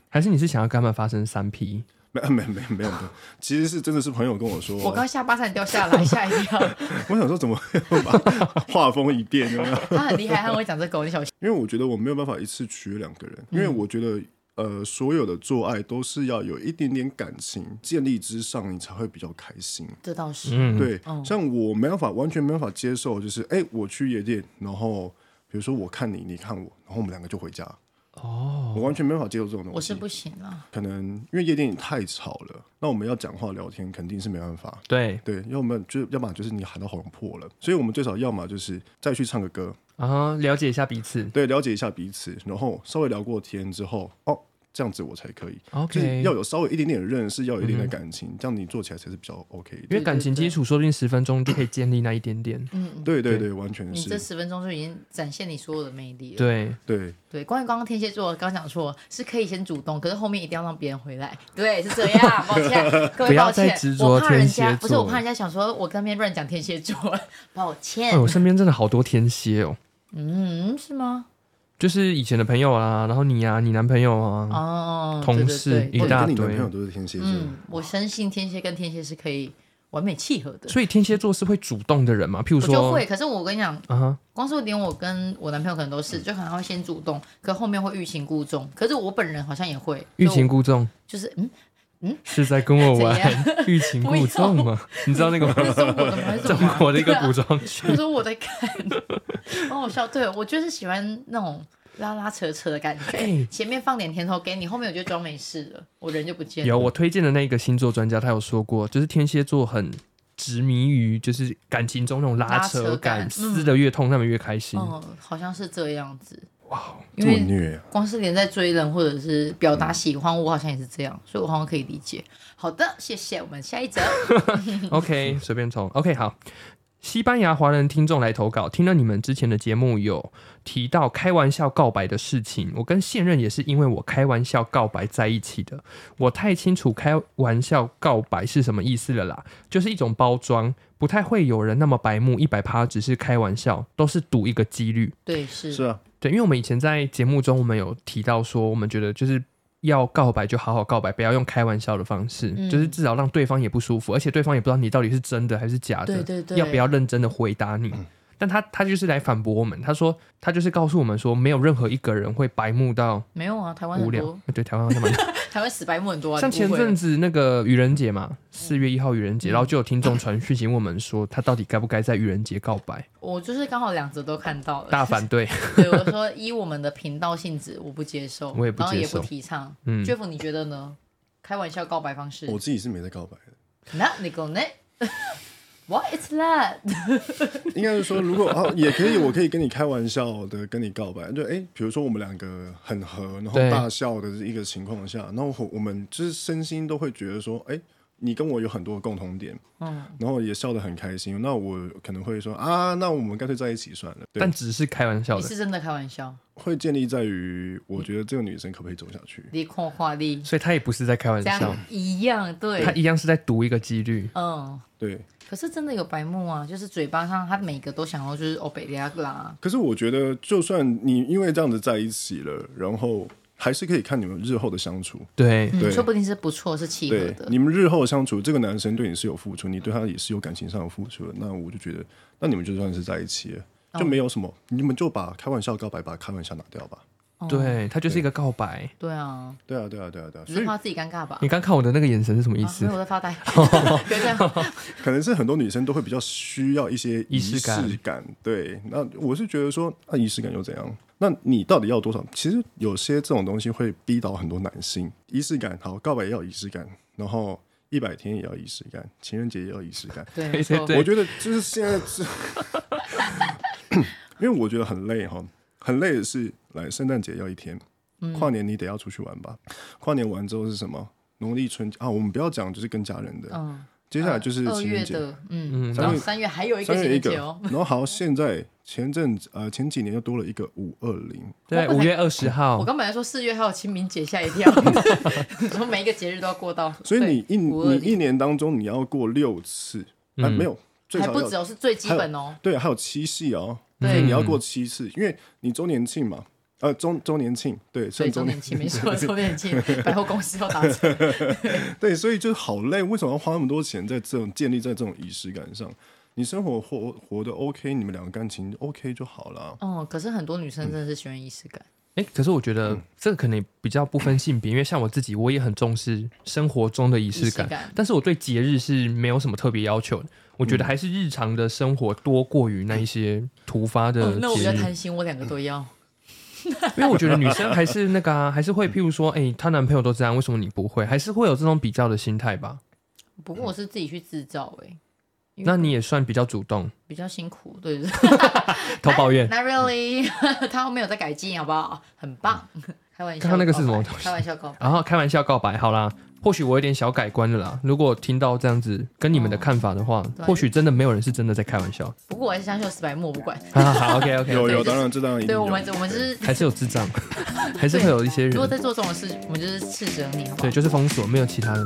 [SPEAKER 1] 还是你是想要跟他们发生三 P？
[SPEAKER 3] 没没没没有，没有其实是真的是朋友跟我说，
[SPEAKER 2] 我刚下巴差点掉下来，吓一跳。
[SPEAKER 3] 我想说怎么会把 画风一变，有没有
[SPEAKER 2] 他很厉害，他会讲这狗，你小心。
[SPEAKER 3] 因为我觉得我没有办法一次取悦两个人，
[SPEAKER 2] 嗯
[SPEAKER 3] 因为我觉得呃，所有的做爱都是要有一点点感情建立之上，你才会比较开心。
[SPEAKER 2] 这倒是，
[SPEAKER 1] 嗯，
[SPEAKER 3] 对，
[SPEAKER 2] 哦
[SPEAKER 3] 像我没办法，完全没办法接受，就是哎、我去夜店，然后比如说我看你，你看我，然后我们两个就回家。哦，我完全没办法接受这种东西。
[SPEAKER 2] 我是不行啊了。
[SPEAKER 3] 可能因为夜店太吵了，那我们要讲话聊天肯定是没办法。
[SPEAKER 1] 对
[SPEAKER 3] 对，要么就要么就是你喊到喉咙破了，所以我们最少要么就是再去唱个歌，
[SPEAKER 1] 啊，了解一下彼此。
[SPEAKER 3] 对，了解一下彼此，然后稍微聊过天之后，哦，这样子我才可以。就是
[SPEAKER 1] OK，嗯
[SPEAKER 3] 要有稍微一点点的认识，要有一点点的感情，这样你做起来才是比较 OK
[SPEAKER 1] 因
[SPEAKER 3] 的。
[SPEAKER 1] 为感情基础说不定十分钟就可以建立那一点点。
[SPEAKER 3] 对对对，完全
[SPEAKER 2] 嗯你这
[SPEAKER 3] 是。
[SPEAKER 2] 十分钟就已经展现你所有的魅力了。
[SPEAKER 1] 对，
[SPEAKER 3] 对，
[SPEAKER 2] 对，关于刚刚天蝎座，刚讲错是可以先主动，可是后面一定要让别人回来。对，是这样，抱 歉，各
[SPEAKER 1] 不
[SPEAKER 2] 位
[SPEAKER 1] 要
[SPEAKER 2] 抱歉
[SPEAKER 1] 再执，着
[SPEAKER 2] 我怕人
[SPEAKER 1] 天
[SPEAKER 2] 家
[SPEAKER 1] 蝎座
[SPEAKER 2] 不是我怕人家想说我跟别人乱讲天蝎座，抱歉
[SPEAKER 1] 哎，。我身边真的好多天蝎哦，
[SPEAKER 2] 嗯，是吗？
[SPEAKER 1] 就是以前的朋友啊，然后你啊，你男朋友啊，
[SPEAKER 2] 哦，
[SPEAKER 1] 同
[SPEAKER 2] 对
[SPEAKER 1] 事
[SPEAKER 2] 对对
[SPEAKER 1] 一
[SPEAKER 3] 哦你
[SPEAKER 1] 大
[SPEAKER 3] 跟
[SPEAKER 1] 堆
[SPEAKER 3] 你男朋友都是天蝎座，
[SPEAKER 2] 嗯，我深信天蝎跟天蝎是可以完美契合的。
[SPEAKER 1] 所以天蝎座是会主动的人嘛？譬如
[SPEAKER 2] 我就
[SPEAKER 1] 说
[SPEAKER 2] 会，可是我跟你讲，
[SPEAKER 1] 啊哈，
[SPEAKER 2] 光是连我跟我男朋友可能都是，就可能他会先主动，可后面会欲擒故纵。可是我本人好像也会
[SPEAKER 1] 欲擒
[SPEAKER 2] 故，
[SPEAKER 1] 故纵
[SPEAKER 2] 就是嗯，
[SPEAKER 1] 是在跟我
[SPEAKER 2] 怎样
[SPEAKER 1] 玩 欲擒故纵吗？你知道那 个吗？
[SPEAKER 2] 这是我的吗？还是
[SPEAKER 1] 中
[SPEAKER 2] 什么
[SPEAKER 1] 国的一个
[SPEAKER 2] 对啊
[SPEAKER 1] 古装剧
[SPEAKER 2] 就，说我在看，好好笑。对我就是喜欢那种拉拉扯扯的感觉，
[SPEAKER 1] 哎
[SPEAKER 2] 前面放点甜头给你，后面我就装没事了，我人就不见了。
[SPEAKER 1] 有我推荐的那个星座专家，他有说过，就是天蝎座很执迷于就是感情中那种拉扯
[SPEAKER 2] 拉
[SPEAKER 1] 感，
[SPEAKER 2] 扯感嗯
[SPEAKER 1] 撕的越痛，他们越开心。
[SPEAKER 2] 嗯，好像是这样子。
[SPEAKER 1] 哇，
[SPEAKER 3] 这
[SPEAKER 2] 因
[SPEAKER 3] 么
[SPEAKER 2] 为
[SPEAKER 3] 虐啊！
[SPEAKER 2] 光是连在追人或者是表
[SPEAKER 1] 嗯
[SPEAKER 2] 达喜欢，我好像也是这样，所以我好像可以理解。好的，谢谢，我们下一则。
[SPEAKER 1] OK，随便从 OK 好。西班牙华人听众来投稿，听了你们之前的节目有提到开玩笑告白的事情，我跟现任也是因为我开玩笑告白在一起的。我太清楚开玩笑告白是什么意思了啦，就是一种包装，不太会有人那么白目，一百趴只是开玩笑，都是赌一个几率。
[SPEAKER 2] 对，是
[SPEAKER 3] 是啊，
[SPEAKER 1] 对，因为我们以前在节目中，我们有提到说，我们觉得就是要告白就好好告白，不要用开玩笑的方式，
[SPEAKER 2] 嗯
[SPEAKER 1] 就是至少让对方也不舒服，而且对方也不知道你到底是真的还是假的，
[SPEAKER 2] 对对对
[SPEAKER 1] 啊要不要认真的回答你。但他他就是来反驳我们，他说他就是告诉我们说，没有任何一个人会白目到
[SPEAKER 2] 没有啊，台湾
[SPEAKER 1] 无
[SPEAKER 2] 很
[SPEAKER 1] 聊
[SPEAKER 2] 多，。
[SPEAKER 1] 对，台湾好像蛮
[SPEAKER 2] 台湾死白目很多啊。
[SPEAKER 1] 像
[SPEAKER 2] 你
[SPEAKER 1] 前
[SPEAKER 2] 误会了嗯
[SPEAKER 1] 阵子那个愚人节嘛，四月一号愚人节，然后就有听众传讯息问我们说，他到底该不该在愚人节告白？
[SPEAKER 2] 我就是刚好两则都看到了，
[SPEAKER 1] 大反对，
[SPEAKER 2] 对，我说依我们的频道性质，我不接受，
[SPEAKER 1] 我也不
[SPEAKER 2] 然后也
[SPEAKER 1] 接受
[SPEAKER 2] 不提倡。
[SPEAKER 1] 嗯
[SPEAKER 2] Jeff，你觉得呢？开玩笑告白方式
[SPEAKER 3] 我自己是没在告白的。
[SPEAKER 2] 那你 o 呢？What is that？
[SPEAKER 3] 应该是说，如果啊，也可以，我可以跟你开玩笑的跟你告白，就哎，比如说我们两个很合，然后
[SPEAKER 1] 对
[SPEAKER 3] 大笑的一个情况下，然后我我们就是身心都会觉得说，哎。你跟我有很多共同点，嗯，然后也笑得很开心。那我可能会说啊，那我们干脆在一起算了。对
[SPEAKER 1] 但，只是开玩笑
[SPEAKER 2] 你
[SPEAKER 1] 的，
[SPEAKER 2] 是真的开玩笑？
[SPEAKER 3] 会建立在于我觉得这个女生可不可以走下去。
[SPEAKER 2] 你控话力
[SPEAKER 1] 所以他也不是在开玩
[SPEAKER 2] 这
[SPEAKER 1] 笑
[SPEAKER 2] 样。一样
[SPEAKER 1] 他
[SPEAKER 2] 对，
[SPEAKER 1] 一样是在赌一个几率。
[SPEAKER 2] 嗯。
[SPEAKER 3] 对，
[SPEAKER 2] 可是真的有白目啊，就是嘴巴上他每个都想要就是欧北利亚啦，
[SPEAKER 3] 可是我觉得，就算你因为这样子在一起了，然后还是可以看你们日后的相处。
[SPEAKER 1] 对，
[SPEAKER 2] 嗯，
[SPEAKER 3] 对
[SPEAKER 2] 说不定是不错，是契合
[SPEAKER 3] 对，
[SPEAKER 2] 的。
[SPEAKER 3] 你们日后的相处，这个男生对你是有付出，你对他也是有感情上有付出的，那我就觉得，那你们就算是在一起了，
[SPEAKER 2] 哦
[SPEAKER 3] 就没有什么，你们就把开玩笑告白，把开玩笑拿掉吧。
[SPEAKER 1] 对他就是一个告白。
[SPEAKER 2] 嗯对啊，
[SPEAKER 3] 对啊，对啊，对啊，对啊，
[SPEAKER 2] 只
[SPEAKER 3] 所
[SPEAKER 2] 是
[SPEAKER 3] 以
[SPEAKER 2] 怕自己尴尬吧
[SPEAKER 1] 你。刚看我的那个眼神是什么意
[SPEAKER 2] 啊
[SPEAKER 1] 思
[SPEAKER 2] 没有，？我在 发呆。 别这样，
[SPEAKER 3] 可能是很多女生都会比较需要一些
[SPEAKER 1] 仪
[SPEAKER 3] 仪
[SPEAKER 1] 式
[SPEAKER 3] 式
[SPEAKER 1] 感
[SPEAKER 3] 对，那我是觉得说，那、仪式感又怎样？那你到底要多少？其实有些这种东西会逼倒很多男性。仪式感好，告白也要仪式感，然后一百天也要仪式感，情人节也要仪式感。
[SPEAKER 2] 对，
[SPEAKER 1] 对
[SPEAKER 2] 没错
[SPEAKER 1] 对
[SPEAKER 3] 我觉得就是现在是， 因为我觉得很累哈，很累的是来圣诞节要一天，
[SPEAKER 2] 嗯
[SPEAKER 3] 跨年你得要出去玩吧。跨年完之后是什么？农历春啊，我们不要讲，就是跟家人的。
[SPEAKER 2] 嗯，
[SPEAKER 3] 接下来就是
[SPEAKER 2] 二
[SPEAKER 3] 情人
[SPEAKER 2] 月
[SPEAKER 3] 节，
[SPEAKER 2] 的，嗯，
[SPEAKER 1] 嗯
[SPEAKER 2] 然后
[SPEAKER 3] 三月
[SPEAKER 2] 三月还有一个
[SPEAKER 3] 三
[SPEAKER 2] 情
[SPEAKER 3] 月一
[SPEAKER 2] 人
[SPEAKER 3] 个
[SPEAKER 2] 节，哦，
[SPEAKER 3] 然后好，现在前阵子呃前几年又多了一个五二零，
[SPEAKER 1] 对，
[SPEAKER 2] 我
[SPEAKER 1] 五月二十
[SPEAKER 2] 我
[SPEAKER 1] 号，
[SPEAKER 2] 刚本来说四月还有清明节，吓一 跳。你说每一个节日都要过到，
[SPEAKER 3] 所以你一你
[SPEAKER 2] 520
[SPEAKER 3] 一年当中你要过六次，啊、没有，最
[SPEAKER 2] 嗯还
[SPEAKER 3] 少
[SPEAKER 2] 不
[SPEAKER 3] 要
[SPEAKER 2] 止哦，是最基本哦。
[SPEAKER 3] 对，还有七夕哦，
[SPEAKER 2] 对嗯
[SPEAKER 3] 所以你要过七次，因为你周年庆嘛，呃，周周年庆，对，
[SPEAKER 2] 所以
[SPEAKER 3] 趁
[SPEAKER 2] 周
[SPEAKER 3] 周
[SPEAKER 2] 年
[SPEAKER 3] 年
[SPEAKER 2] 庆 没错，周年庆百货公司要打折，
[SPEAKER 3] 对，所以就好累，为什么要花那么多钱在这种建立在这种仪式感上？你生活活活得 OK，你们两个感情 OK 就好了。
[SPEAKER 2] 哦，可是很多女生真的是喜欢仪式感，
[SPEAKER 1] 哎，可是我觉得这个可能比较不分性别，因为像我自己，我也很重视生活中的仪式
[SPEAKER 2] 仪式
[SPEAKER 1] 感
[SPEAKER 2] 感，
[SPEAKER 1] 但是我对节日是没有什么特别要求的。我觉得还是日常的生活多过于那一些突发的
[SPEAKER 2] 哦，那我
[SPEAKER 1] 嗯
[SPEAKER 2] 比
[SPEAKER 1] 节
[SPEAKER 2] 较
[SPEAKER 1] 日，
[SPEAKER 2] 贪心，我两个都 要。
[SPEAKER 1] 因为我觉得女生还是那个 啊，还是会譬如说，哎，她男朋友都这样，为什么你不会？还是会有这种比较的心态吧？
[SPEAKER 2] 不过我是自己去制造哎、因为
[SPEAKER 1] 那你也算比较主 动，
[SPEAKER 2] 比较辛苦，对不对？
[SPEAKER 1] 偷抱怨。
[SPEAKER 2] Not really，他没有在改进，好不好？很棒， 开玩笑。
[SPEAKER 1] 嗯刚刚那个是什么
[SPEAKER 2] 告白
[SPEAKER 1] 东西
[SPEAKER 2] 开玩笑告白。
[SPEAKER 1] 然后啊开玩笑告白，好啦，或许我有点小改观了啦。如果听到这样子跟你们的看法的话，
[SPEAKER 2] 对
[SPEAKER 1] 或许真的没有人是真的在开玩笑。
[SPEAKER 2] 不过我还是相信有死白目，我 不管。
[SPEAKER 1] 啊、好，OK OK，
[SPEAKER 3] 有有，
[SPEAKER 2] 就是
[SPEAKER 3] 当然这当然一定
[SPEAKER 2] 对我们
[SPEAKER 3] 有，
[SPEAKER 2] 我们就是，
[SPEAKER 1] 还是有智障，还是会有一些
[SPEAKER 2] 如果
[SPEAKER 1] 人，
[SPEAKER 2] 在做这种事，我们就是斥责你，好不好
[SPEAKER 1] 对，？就是封锁，没有其他的。